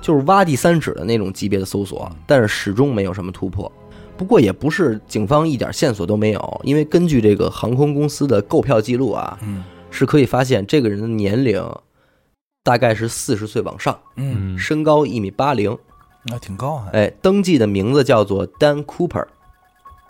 Speaker 1: 就是挖地三尺的那种级别的搜索，但是始终没有什么突破。不过也不是警方一点线索都没有，因为根据这个航空公司的购票记录啊，
Speaker 2: 嗯
Speaker 1: 是可以发现这个人的年龄大概是四十岁往上，
Speaker 2: 嗯，
Speaker 3: 嗯
Speaker 1: 身高一米八零，
Speaker 2: 那挺高还
Speaker 1: 哎，登记的名字叫做 Dan Cooper。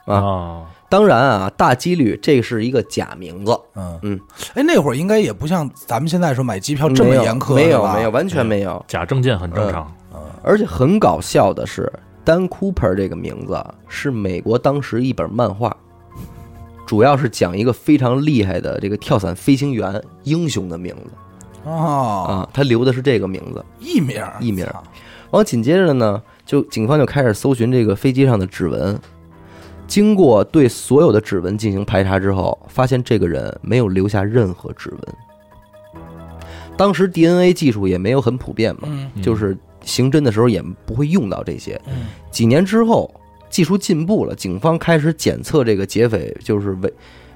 Speaker 3: 啊，
Speaker 1: 当然啊，大几率这是一个假名字，
Speaker 2: 嗯
Speaker 1: 嗯，
Speaker 2: 哎，那会儿应该也不像咱们现在说买机哦票这么
Speaker 1: 没有
Speaker 2: 严苛，
Speaker 1: 没
Speaker 2: 是
Speaker 1: 有
Speaker 2: 吧嗯
Speaker 1: 没有，，完全没有。
Speaker 3: 假证件很正
Speaker 1: 呃
Speaker 3: 常，
Speaker 1: 而且很搞笑的是，Dan Cooper 这个名字啊是美国当时一本漫画，主要是讲一个非常厉害的这个跳伞飞行员英雄的名字
Speaker 2: 哦，
Speaker 1: 啊，他留的是这个名字。
Speaker 2: 艺名儿
Speaker 1: 艺名儿
Speaker 2: 操
Speaker 1: 然后紧接着呢，就警方就开始搜寻这个飞机上的指纹。经过对所有的指纹进行排查之后，发现这个人没有留下任何指纹。当时 DNA 技术也没有很普遍嘛，
Speaker 2: 嗯
Speaker 3: 嗯
Speaker 1: 就是刑侦的时候也不会用到这些。
Speaker 2: 嗯
Speaker 1: 几年之后，技术进步了，警方开始检测这个劫匪就是唯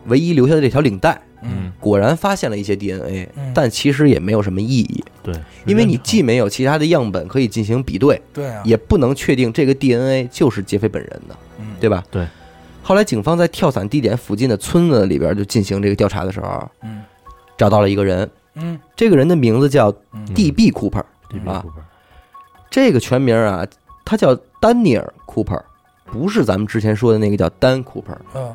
Speaker 1: 唯一留下的这条领带，
Speaker 3: 嗯，
Speaker 1: 果然发现了一些 DNA，
Speaker 2: 嗯
Speaker 1: 但其实也没有什么意义，
Speaker 3: 对，
Speaker 1: 因为你
Speaker 3: 记
Speaker 1: 既没有其他的样本可以进行比对，
Speaker 2: 对啊，
Speaker 1: 也不能确定这个 DNA 就是劫匪本人的，
Speaker 2: 嗯
Speaker 1: 对吧？
Speaker 3: 对。
Speaker 1: 后来警方在跳伞地点附近的村子里边就进行这个调查的时候，
Speaker 2: 嗯
Speaker 1: 找到了一个人，
Speaker 2: 嗯
Speaker 1: 这个人的名字叫 D.B. Cooper，啊
Speaker 3: 嗯
Speaker 1: 这个全名啊，他叫丹尼尔·库珀，不是咱们之前说的那个叫丹·库珀。
Speaker 2: 嗯，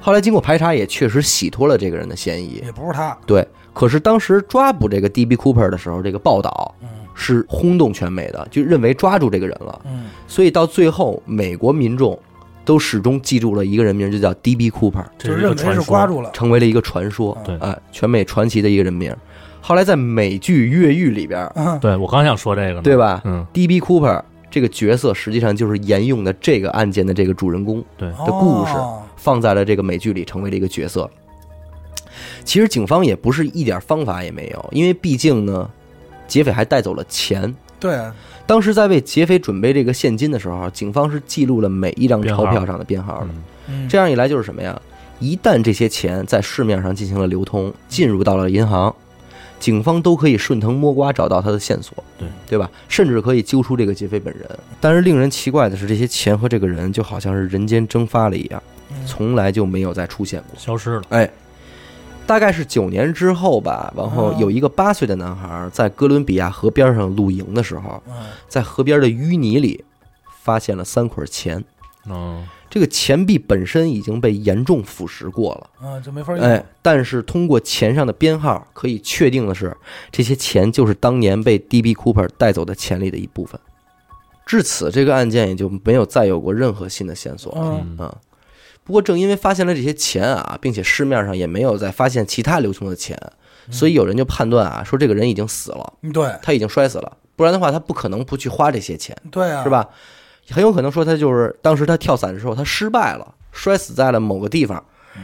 Speaker 1: 后来经过排查，也确实洗脱了这个人的嫌疑。
Speaker 2: 也不是他，
Speaker 1: 对，可是当时抓捕这个 D.B. Cooper 的时候，这个报道
Speaker 2: 嗯
Speaker 1: 是轰动全美的，就认为抓住这个人了。
Speaker 2: 嗯，
Speaker 1: 所以到最后，美国民众都始终记住了一个人名，就叫 D.B. Cooper，
Speaker 3: 这
Speaker 2: 就是
Speaker 3: 一
Speaker 2: 认为
Speaker 3: 个传
Speaker 2: 是
Speaker 3: 说
Speaker 2: 刮住了，
Speaker 1: 成为了一个传说。
Speaker 3: 对
Speaker 1: 哎，全美传奇的一个人名。后来在美剧《越狱》里边，
Speaker 2: 嗯，
Speaker 3: 对我刚想说这个呢，
Speaker 1: 对吧
Speaker 3: 嗯，
Speaker 1: D.B. Cooper 这个角色实际上就是沿用的这个案件的这个主人公，
Speaker 3: 对，
Speaker 1: 的故事
Speaker 2: 哦
Speaker 1: 放在了这个美剧里，成为了一个角色。其实警方也不是一点方法也没有，因为毕竟呢，劫匪还带走了钱。
Speaker 2: 对，
Speaker 1: 当时在为劫匪准备这个现金的时候，警方是记录了每一张钞票上的编号的。
Speaker 3: 嗯
Speaker 2: 嗯
Speaker 1: 这样一来就是什么呀？一旦这些钱在市面上进行了流通，进入到了银行，警方都可以顺藤摸瓜找到他的线索，
Speaker 3: 对
Speaker 1: 对吧？甚至可以揪出这个劫匪本人。但是令人奇怪的是，这些钱和这个人就好像是人间蒸发了一样，从来就没有再出现过。
Speaker 3: 消失了，
Speaker 1: 哎，大概是九年之后吧，然后有一个八岁的男孩在哥伦比亚河边上露营的时候，
Speaker 2: 嗯
Speaker 1: 在河边的淤泥里发现了三捆钱。
Speaker 3: 嗯，
Speaker 1: 这个钱币本身已经被严重腐蚀过了，
Speaker 2: 嗯，就没法用，
Speaker 1: 哎，但是通过钱上的编号，可以确定的是，这些钱就是当年被 D.B. Cooper 带走的钱里的一部分。至此，这个案件也就没有再有过任何新的线索了。
Speaker 2: 嗯
Speaker 1: 啊，不过正因为发现了这些钱啊，并且市面上也没有再发现其他流通的钱，所以有人就判断啊，说这个人已经死了，
Speaker 2: 嗯，对
Speaker 1: 他已经摔死了，不然的话他不可能不去花这些钱。
Speaker 2: 对啊，
Speaker 1: 是？吧？很有可能说他就是当时他跳伞的时候他失败了，摔死在了某个地方，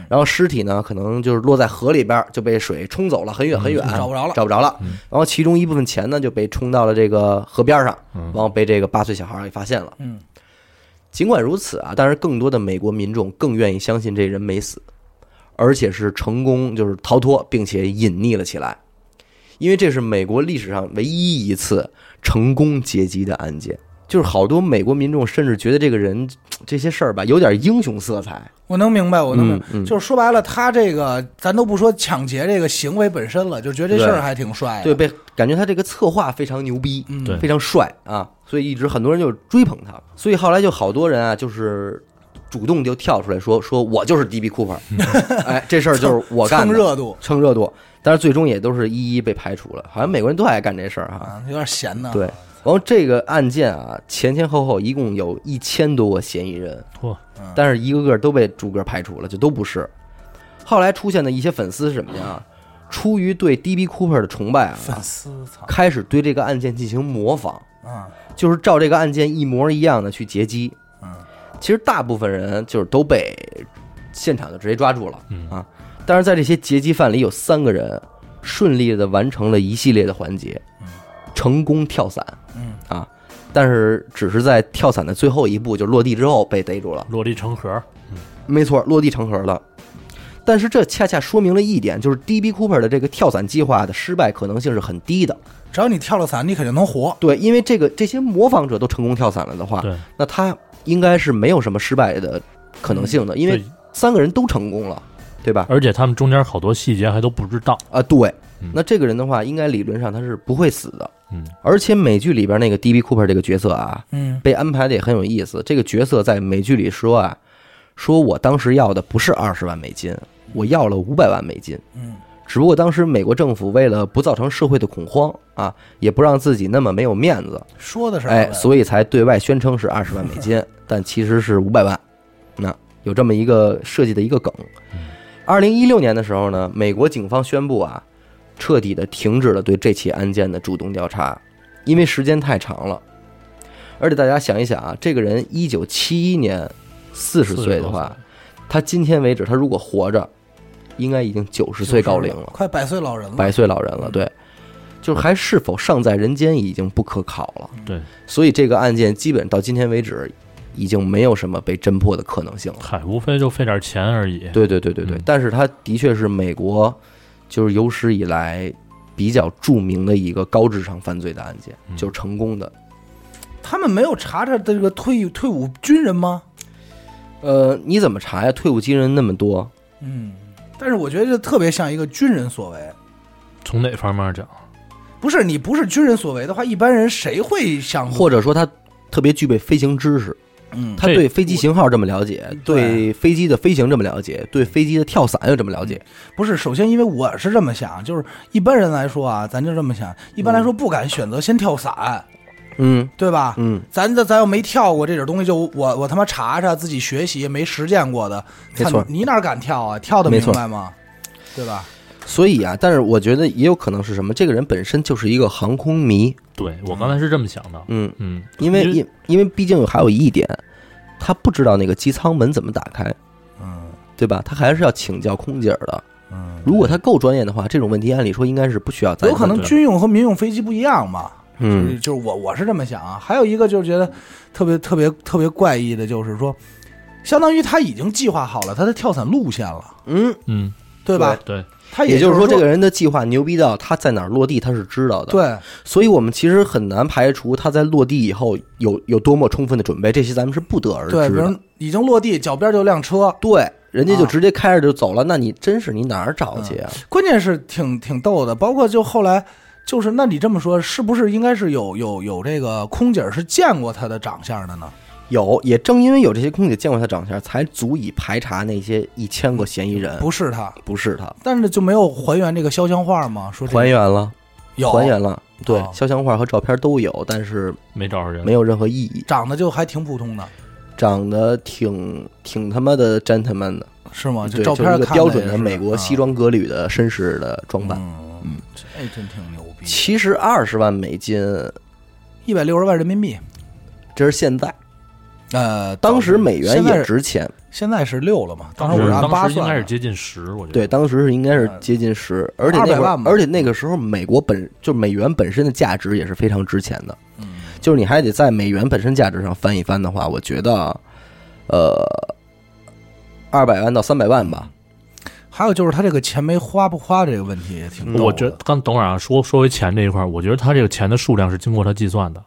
Speaker 1: 然后尸体呢可能就是落在河里边儿就被水冲走了很远很远，
Speaker 2: 嗯找不着了嗯
Speaker 1: 找不着了。然后其中一部分钱呢就被冲到了这个河边上，然后被这个八岁小孩儿给发现了。
Speaker 2: 嗯，
Speaker 1: 尽管如此啊，但是更多的美国民众更愿意相信这人没死，而且是成功就是逃脱并且隐匿了起来，因为这是美国历史上唯一一次成功劫机的案件。就是好多美国民众甚至觉得这个人这些事儿吧有点英雄色彩，
Speaker 2: 我能明白，我能明白，
Speaker 1: 嗯嗯
Speaker 2: 就是说白了，他这个咱都不说抢劫这个行为本身了，就觉得这事儿还挺帅的，
Speaker 1: 对，被感觉他这个策划非常牛逼，
Speaker 2: 哎嗯
Speaker 3: 对
Speaker 1: 非常帅啊，所以一直很多人就追捧他，所以后来就好多人啊，就是主动就跳出来说，说我就是 D.B. Cooper，哎，这事儿就是我干
Speaker 2: 蹭
Speaker 1: 的，
Speaker 2: 热度
Speaker 1: 蹭热度，但是最终也都是一一被排除了，好像美国人都爱干这事儿哈。
Speaker 2: 啊，有点闲呢，
Speaker 1: 对，然后这个案件啊，前前后后一共有一千多个嫌疑人，
Speaker 3: 嚯，
Speaker 2: 嗯
Speaker 1: 但是一个个都被逐个排除了，就都不是。后来出现的一些粉丝是什么呀？出于对 D.B. Cooper 的崇拜啊，
Speaker 2: 粉丝操
Speaker 1: 开始对这个案件进行模仿，
Speaker 2: 啊，
Speaker 1: 就是照这个案件一模一样的去劫机。
Speaker 2: 嗯，
Speaker 1: 其实大部分人就是都被现场就直接抓住了
Speaker 3: 嗯
Speaker 1: 啊。但是在这些劫机犯里，有三个人顺利的完成了一系列的环节，成功跳伞
Speaker 2: 嗯
Speaker 1: 啊。但是只是在跳伞的最后一步，就落地之后被逮住了。
Speaker 3: 落地成盒，
Speaker 1: 没错，落地成盒了。但是这恰恰说明了一点，就是 D.B. Cooper 的这个跳伞计划的失败可能性是很低的。
Speaker 2: 只要你跳了伞，你肯定能活，
Speaker 1: 对，因为这个这些模仿者都成功跳伞了的话，
Speaker 3: 对，
Speaker 1: 那他应该是没有什么失败的可能性的，因为
Speaker 3: 嗯对
Speaker 1: 三个人都成功了，对吧？
Speaker 3: 而且他们中间好多细节还都不知道，
Speaker 1: 啊，对
Speaker 3: 嗯，
Speaker 1: 那这个人的话，应该理论上他是不会死的。
Speaker 3: 嗯，
Speaker 1: 而且美剧里边那个 D.B. Cooper 这个角色啊，
Speaker 2: 嗯
Speaker 1: 被安排的也很有意思。这个角色在美剧里说啊，说我当时要的不是二十万美金，我要了五百万美金。
Speaker 2: 嗯
Speaker 1: 只不过当时美国政府为了不造成社会的恐慌啊，也不让自己那么没有面子，
Speaker 2: 说的是
Speaker 1: 哎，所以才对外宣称是二十万美 金，但其实是五百万。那有这么一个设计的一个梗。二零一六年的时候呢，美国警方宣布啊，彻底的停止了对这起案件的主动调查，因为时间太长了。而且大家想一想啊，这个人一九七一年四十岁的话，他今天为止，他如果活着，应该已经九十岁高龄了。
Speaker 2: 快百岁老人了，
Speaker 1: 百岁老人了，对，就是还是否尚在人间已经不可考了。
Speaker 3: 对，
Speaker 1: 所以这个案件基本到今天为止，已经没有什么被侦破的可能性了。
Speaker 3: 嗨，无非就费点钱而已，
Speaker 1: 对对对对对
Speaker 3: 嗯，
Speaker 1: 但是它的确是美国就是有史以来比较著名的一个高智商犯罪的案件，
Speaker 3: 嗯
Speaker 1: 就是成功的。
Speaker 2: 他们没有查查这个退退伍军人吗？
Speaker 1: 呃，你怎么查呀？退伍军人那么多，
Speaker 2: 嗯，但是我觉得这特别像一个军人所为。
Speaker 3: 从哪方面讲？
Speaker 2: 不是你不是军人所为的话，一般人谁会想
Speaker 1: 或者说他特别具备飞行知识，
Speaker 2: 嗯
Speaker 1: 他
Speaker 3: 这
Speaker 1: 对飞机型号这么了解，嗯对飞机的飞行这么了解，对飞机的跳伞又这么了解。
Speaker 2: 不是？首先，因为我是这么想，就是一般人来说啊，咱就这么想，一般来说不敢选择先跳伞，
Speaker 1: 嗯
Speaker 2: 对吧？
Speaker 1: 嗯，
Speaker 2: 咱这咱要没跳过这点东西，就我我他妈查查自己学习没实践过的，
Speaker 1: 没错
Speaker 2: 操你哪敢跳啊？跳的
Speaker 1: 没
Speaker 2: 明
Speaker 1: 错
Speaker 2: 白吗？对吧？
Speaker 1: 所以啊，但是我觉得也有可能是什么，这个人本身就是一个航空迷，
Speaker 3: 对我刚才是这么想的，
Speaker 1: 嗯，
Speaker 3: 嗯，
Speaker 1: 因为
Speaker 3: 因
Speaker 1: 因因为毕竟还有一点，他不知道那个机舱门怎么打开，
Speaker 2: 嗯
Speaker 1: 对吧？他还是要请教空姐儿的。
Speaker 2: 嗯，
Speaker 1: 如果他够专业的话，这种问题按理说应该是不需要再
Speaker 2: 有可能
Speaker 1: 问的
Speaker 2: 军用和民用飞机不一样嘛。就是
Speaker 1: 嗯
Speaker 2: 就是我我是这么想啊。还有一个就是觉得特别特别特别怪异的，就是说，相当于他已经计划好了他的跳伞路线了，
Speaker 1: 嗯，
Speaker 3: 嗯
Speaker 2: 对吧？
Speaker 3: 对，
Speaker 2: 他
Speaker 1: 也
Speaker 2: 就
Speaker 1: 就是
Speaker 2: 说
Speaker 1: 说，这个人的计划牛逼到他在哪儿落地，他是知道的。，
Speaker 2: 对
Speaker 1: 所以我们其实很难排除他在落地以后有有多么充分的准备，这些咱们是不得而
Speaker 2: 对，
Speaker 1: 知的
Speaker 2: 比如。已经落地，脚边就有辆车。
Speaker 1: 对，人家就
Speaker 2: 啊
Speaker 1: 直接开着就走了，那你真是你哪儿找去啊？
Speaker 2: 关键是挺挺逗的，包括就后来。就是，那你这么说，是不是应该是有有有这个空姐是见过他的长相的呢？
Speaker 1: 有，也正因为有这些空姐见过他长相，才足以排查那些一千个嫌疑人，
Speaker 2: 不是他，
Speaker 1: 不是他，
Speaker 2: 但是就没有还原这个肖像画吗？说这个
Speaker 1: 还原了，
Speaker 2: 有
Speaker 1: 还原了，对
Speaker 2: 哦，
Speaker 1: 肖像画和照片都有，但是
Speaker 3: 没找着人，
Speaker 1: 没有任何意义，
Speaker 2: 长得就还挺普通的，
Speaker 1: 长得挺挺他妈的 gentleman 的，
Speaker 2: 是吗？
Speaker 1: 对，
Speaker 2: 照片
Speaker 1: 就是一
Speaker 2: 看
Speaker 1: 个
Speaker 2: 着
Speaker 1: 标准的
Speaker 2: 也是
Speaker 1: 美国
Speaker 2: 啊
Speaker 1: 西装革履的绅士的装扮。
Speaker 2: 嗯，这真挺牛逼。
Speaker 1: 其实二十万美金，
Speaker 2: 一百六十万人民币，
Speaker 1: 这是现在，
Speaker 2: 呃，
Speaker 1: 当时美元
Speaker 2: 现
Speaker 1: 也
Speaker 2: 在是
Speaker 1: 值钱，
Speaker 2: 现在是六了嘛？当
Speaker 3: 当
Speaker 2: 时我
Speaker 3: 时
Speaker 2: 是按八
Speaker 3: 当时应该
Speaker 2: 算
Speaker 3: 是
Speaker 2: 的，
Speaker 3: 接近十，我觉得
Speaker 1: 对，当时是应该是接近十，而且那
Speaker 2: 200
Speaker 1: 会儿
Speaker 2: 万，吧
Speaker 1: 而且那个时候美国本就美元本身的价值也是非常值钱的，
Speaker 2: 嗯
Speaker 1: 就是你还得在美元本身价值上翻一翻的话，我觉得啊，呃，二百万到三百万吧，
Speaker 2: 还有就是他这个钱没花不花这个问题也挺逗的，
Speaker 3: 我觉得刚等会儿啊，说说回钱这一块儿，我觉得他这个钱的数量是经过他计算的，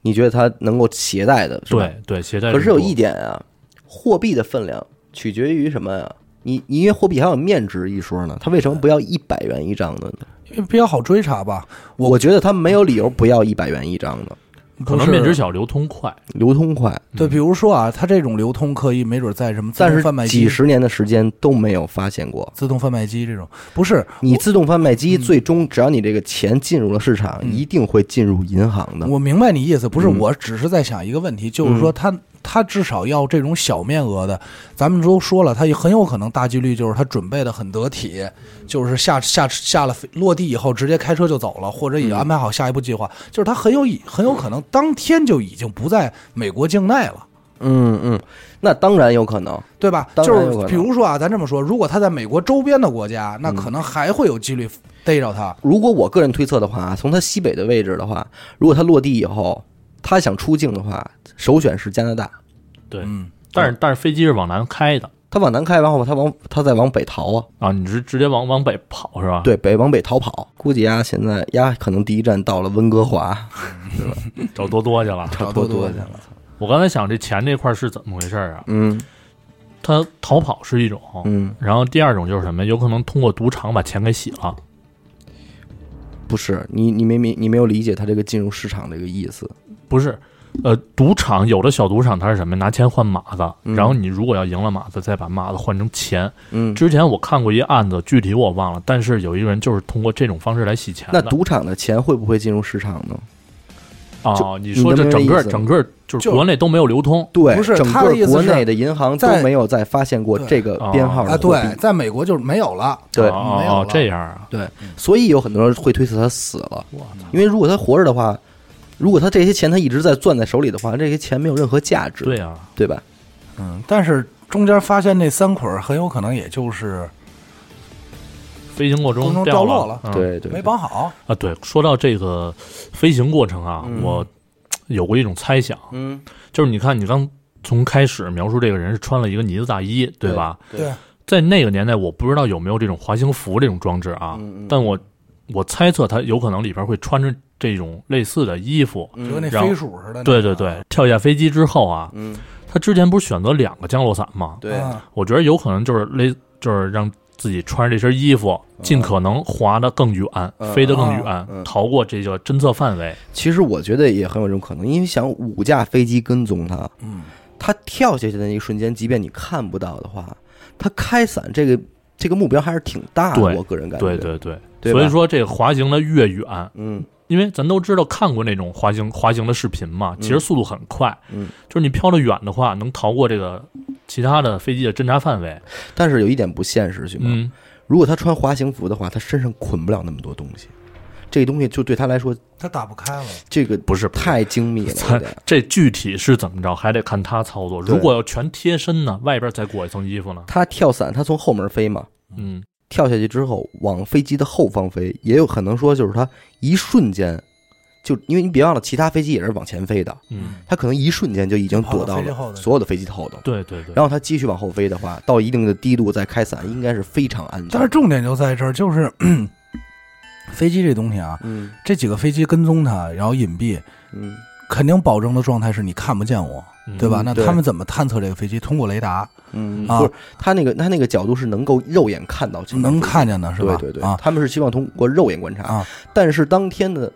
Speaker 1: 你觉得它能够携带的，是吧？
Speaker 3: 对对，携带
Speaker 1: 可是有一
Speaker 3: 点，
Speaker 1: 点啊，货币的分量取决于什么呀、你你因为货币还有面值一说呢，它为什么不要一百元一张的呢？
Speaker 2: 因为呃比较好追查吧。
Speaker 1: 我觉得它没有理由不要一百元一张的，
Speaker 3: 可
Speaker 2: 不
Speaker 3: 能
Speaker 2: 是
Speaker 3: 面值小，流通快，
Speaker 1: 流通快。
Speaker 2: 对，比如说啊，他这种流通可以没准在什么自
Speaker 1: 但
Speaker 2: 动
Speaker 1: 是
Speaker 2: 贩卖机、
Speaker 1: 几十年的时间都没有发现过。
Speaker 2: 自动贩卖机这种，不是
Speaker 1: 你自动贩卖
Speaker 2: 嗯
Speaker 1: 机最终，只要你这个钱进入了市场，一定会进入银行的。
Speaker 2: 我明白你意思，不是，
Speaker 1: 嗯
Speaker 2: 我只是在想一个问题，就是说他他至少要这种小面额的，咱们都说了，他也很有可能大几率就是他准备的很得体，就是下下下了飞落地以后直接开车就走了，或者已经安排好下一步计划，就是他很有以很有可能当天就已经不在美国境内了。
Speaker 1: 嗯嗯，那当然有可能。
Speaker 2: 对吧？
Speaker 1: 当
Speaker 2: 就
Speaker 1: 然有可能嗯
Speaker 2: 是比如说啊，咱这么说，如果他在美国周边的国家，那可能还会有几率逮着他。
Speaker 1: 如果我个人推测的话，从它西北的位置的话，如果它落地以后，它想出境的话，首选是加拿大。
Speaker 3: 对，
Speaker 2: 嗯，
Speaker 3: 但是但是飞机是往南开的
Speaker 1: 它往南开，然后它往它再往北逃啊，
Speaker 3: 啊，你是直接往往北跑
Speaker 2: 啊
Speaker 3: 是吧？，
Speaker 1: 对，北往北逃跑。估计呀，现在呀，可能第一站到了温哥 华，
Speaker 3: 找多多去了。
Speaker 2: 找多
Speaker 1: 多
Speaker 2: 多去
Speaker 1: 去
Speaker 2: 了。
Speaker 3: 我刚才想这钱这块儿是怎么回事儿啊？
Speaker 1: 嗯
Speaker 3: 他逃跑是一种，
Speaker 1: 嗯，
Speaker 3: 然后第二种就是什么？有可能通过赌场把钱给洗了。
Speaker 1: 不是，你你没明你没有理解它这个进入市场这个意思。
Speaker 3: 不是，呃，赌场有的小赌场它是什么？拿钱换马子，
Speaker 1: 嗯
Speaker 3: 然后你如果要赢了马子，再把马子换成钱。
Speaker 1: 嗯，
Speaker 3: 之前我看过一案子，具体我忘了，但是有一个人就是通过这种方式来洗钱
Speaker 1: 那
Speaker 3: 的。
Speaker 1: 赌场的钱会不会进入市场呢？
Speaker 3: 啊
Speaker 1: 就，
Speaker 3: 你说
Speaker 1: 你
Speaker 3: 这
Speaker 1: 能
Speaker 3: 整
Speaker 1: 明白
Speaker 3: 个
Speaker 1: 意思吗
Speaker 3: 整个就是
Speaker 2: 就
Speaker 3: 国内都没有流通，
Speaker 1: 对，
Speaker 2: 不是
Speaker 1: 整
Speaker 2: 他的意
Speaker 1: 个
Speaker 2: 思
Speaker 1: 国
Speaker 2: 是
Speaker 1: 内的银行都
Speaker 2: 在
Speaker 1: 没有再发现过这个
Speaker 3: 对
Speaker 1: 编号
Speaker 2: 啊，
Speaker 1: 的货币
Speaker 2: 对，，在美国就是没有了。
Speaker 1: 对
Speaker 3: 哦
Speaker 2: 没有
Speaker 3: 哦
Speaker 2: 了
Speaker 3: 这样啊，
Speaker 1: 对，所以有很多人会推测他死了，因为如果他活着的话，如果他这些钱他一直在攥在手里的话，这些钱没有任何价值，
Speaker 3: 对啊，
Speaker 1: 对吧？
Speaker 2: 嗯，但是中间发现那三捆儿很有可能也就是
Speaker 3: 飞行过程
Speaker 2: 空中
Speaker 3: 掉
Speaker 2: 掉落
Speaker 3: 了
Speaker 2: 了，
Speaker 3: 嗯
Speaker 1: 对对，
Speaker 2: 没绑好。
Speaker 3: 啊，对，说到这个飞行过程啊，我有过一种猜想，
Speaker 1: 嗯，
Speaker 3: 就是你看你刚从开始描述这个人是穿了一个呢子大衣，对
Speaker 1: 对
Speaker 3: 吧？
Speaker 1: 对
Speaker 2: 对，
Speaker 3: 在那个年代，我不知道有没有这种滑行服这种装置啊，
Speaker 1: 嗯
Speaker 3: 但我我猜测他有可能里边会穿着这种类似的衣服。
Speaker 2: 就跟那
Speaker 3: 然后
Speaker 2: 飞鼠似的那个。
Speaker 3: 对对对，跳下飞机之后啊，
Speaker 1: 啊嗯，
Speaker 3: 他之前不是选择两个降落伞吗？
Speaker 1: 对
Speaker 2: 嗯
Speaker 3: 我觉得有可能就是类，就是让自己穿着这身衣服，尽可能滑得更远，
Speaker 1: 嗯
Speaker 3: 飞得更远，
Speaker 1: 嗯
Speaker 3: 逃过这个侦测范围。
Speaker 1: 其实我觉得也很有这种可能，因为想五架飞机跟踪他，
Speaker 2: 嗯，
Speaker 1: 他跳下去的那一瞬间，即便你看不到的话，他开伞这个这个目标还是挺大的，
Speaker 3: 对
Speaker 1: 我个人感觉，
Speaker 3: 对对对，
Speaker 1: 对吧
Speaker 3: 所以说这个滑行的越远，
Speaker 1: 嗯，
Speaker 3: 因为咱都知道看过那种滑行滑行的视频嘛，其实速度很快，
Speaker 1: 嗯，
Speaker 3: 就是你飘得远的话，能逃过这个其他的飞机的侦察范围。
Speaker 1: 但是有一点不现实，兄弟们。
Speaker 3: 嗯，
Speaker 1: 如果他穿滑行服的话，他身上捆不了那么多东西，这东西就对他来说，
Speaker 2: 它打不开了。
Speaker 1: 这个
Speaker 3: 不是不是
Speaker 1: 太精密了有
Speaker 3: 他
Speaker 1: 点。
Speaker 3: 这具体是怎么着，还得看他操作。如果要全贴身呢，外边再裹一层衣服呢？
Speaker 1: 他跳伞，他从后门飞嘛，
Speaker 3: 嗯，
Speaker 1: 跳下去之后往飞机的后方飞，也有可能说就是他一瞬间就，因为你别忘了，其他飞机也是往前飞的，
Speaker 3: 嗯，
Speaker 1: 他可能一瞬间就已经躲到
Speaker 2: 跑到飞机后
Speaker 1: 了
Speaker 2: 头
Speaker 1: 所有的飞机后头。
Speaker 3: 对对对。
Speaker 1: 然后他继续往后飞的话，到一定的低度再开伞，应该是非常安全。
Speaker 2: 但是重点就在这儿，就是 飞机这东西啊，
Speaker 1: 嗯
Speaker 2: 这几个飞机跟踪他，然后隐蔽，
Speaker 1: 嗯，
Speaker 2: 肯定保证的状态是你看不见我，
Speaker 3: 嗯
Speaker 2: 对吧？那
Speaker 1: 对
Speaker 2: 他们怎么探测这个飞机？通过雷达
Speaker 1: 嗯，
Speaker 2: 啊
Speaker 1: 不是他那个他那个角度是能够肉眼看到，
Speaker 2: 能看见的是吧？
Speaker 1: 对对对，
Speaker 2: 啊
Speaker 1: 他们是希望通过肉眼观察，
Speaker 2: 啊！
Speaker 1: 但是当天的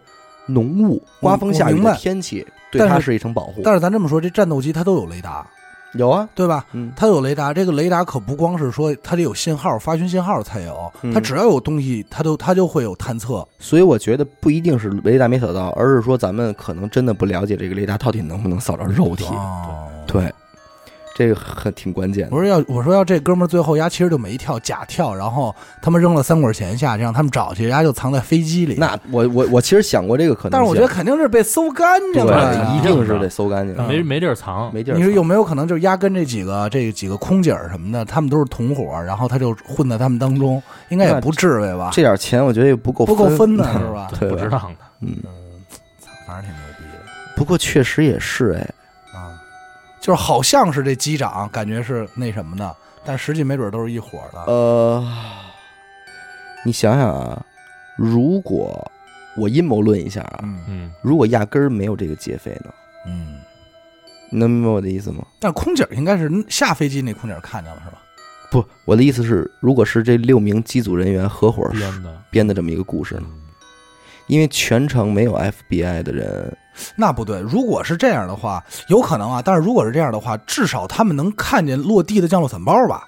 Speaker 1: 浓雾、刮风下雨
Speaker 2: 我明
Speaker 1: 的
Speaker 2: 白
Speaker 1: 天气对
Speaker 2: 但是
Speaker 1: 它是一层保护。
Speaker 2: 但是咱这么说，这战斗机它都有雷达，
Speaker 1: 有啊，
Speaker 2: 对吧？
Speaker 1: 嗯，
Speaker 2: 它有雷达，这个雷达可不光是说它得有信号，发讯信号才有，
Speaker 1: 嗯
Speaker 2: 它只要有东西，它都它就会有探测。
Speaker 1: 所以我觉得不一定是雷达没扫到，而是说咱们可能真的不了解这个雷达到底能不能扫着肉体。
Speaker 2: 哦，
Speaker 1: 对，这个很挺关键的。
Speaker 2: 我说要我说要这哥们儿最后丫其实就没跳，假跳，然后他们扔了三管钱下去，让他们找去，丫就藏在飞机里。
Speaker 1: 那我我我其实想过这个可能性，
Speaker 2: 但是我觉得肯定是被搜干净了呀
Speaker 1: 对，啊一定是得搜干净的，
Speaker 2: 啊
Speaker 3: 没没地儿藏，
Speaker 1: 嗯没地儿
Speaker 2: 你
Speaker 1: 藏。
Speaker 2: 说有没有可能就是压根这几个这几个空姐儿什么的，他们都是同伙，然后他就混在他们当中，应该也不至于吧？
Speaker 1: 这点钱，我觉得也不够
Speaker 2: 不够
Speaker 1: 分嗯
Speaker 2: 分的是吧？
Speaker 1: 对
Speaker 3: 不值当的。
Speaker 2: 反正挺牛逼的
Speaker 1: 不过确实也是，哎，
Speaker 2: 啊，就是好像是这机长，感觉是那什么的，但实际没准都是一伙儿的。
Speaker 1: 呃，你想想啊，如果我阴谋论一下啊，
Speaker 2: 嗯
Speaker 3: 嗯，
Speaker 1: 如果压根儿没有这个劫匪呢，
Speaker 2: 嗯，
Speaker 1: 你能明白我的意思吗？
Speaker 2: 但空姐儿应该是下飞机那空姐儿看见了是吧？
Speaker 1: 不，我的意思是，如果是这六名机组人员合伙
Speaker 3: 编的
Speaker 1: 编的这么一个故事呢，因为全程没有 FBI 的人，
Speaker 2: 那不对，如果是这样的话，有可能啊。但是如果是这样的话，至少他们能看见落地的降落伞包吧？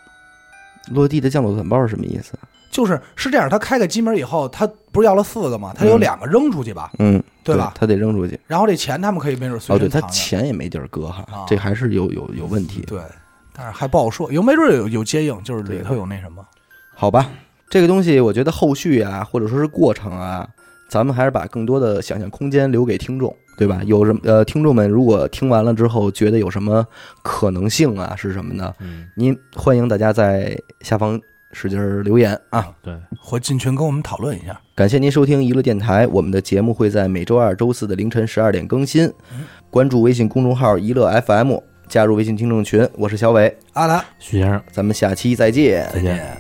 Speaker 1: 落地的降落伞包是什么意思？
Speaker 2: 就是是这样，他开开机门以后，他不是要了四个吗？他有
Speaker 1: 嗯
Speaker 2: 两个扔出去吧，
Speaker 1: 嗯，
Speaker 2: 对
Speaker 1: 对
Speaker 2: 吧？
Speaker 1: 他得扔出去。
Speaker 2: 然后这钱他们可以没准随
Speaker 1: 哦，对
Speaker 2: 身
Speaker 1: 他
Speaker 2: 藏着。
Speaker 1: 钱也没地儿搁哈
Speaker 2: 啊，
Speaker 1: 这还是有有有问题。
Speaker 2: 对，但是还不好说，有没准有有接应，就是里头有那什么。
Speaker 1: 好吧，这个东西我觉得后续啊，或者说是过程啊，咱们还是把更多的想象空间留给听众，对吧？有什么呃，听众们如果听完了之后觉得有什么可能性啊，是什么呢？
Speaker 3: 嗯，
Speaker 1: 您欢迎大家在下方使劲儿留言啊！
Speaker 3: 对，
Speaker 2: 或进群跟我们讨论一下。
Speaker 1: 感谢您收听娱乐电台，我们的节目会在每周二、周四的凌晨十二点更新。关注微信公众号“娱乐 FM”，加入微信听众群，我是小伟，
Speaker 2: 阿达，
Speaker 3: 徐先生，
Speaker 1: 咱们下期再见。
Speaker 3: 再见。
Speaker 2: 见。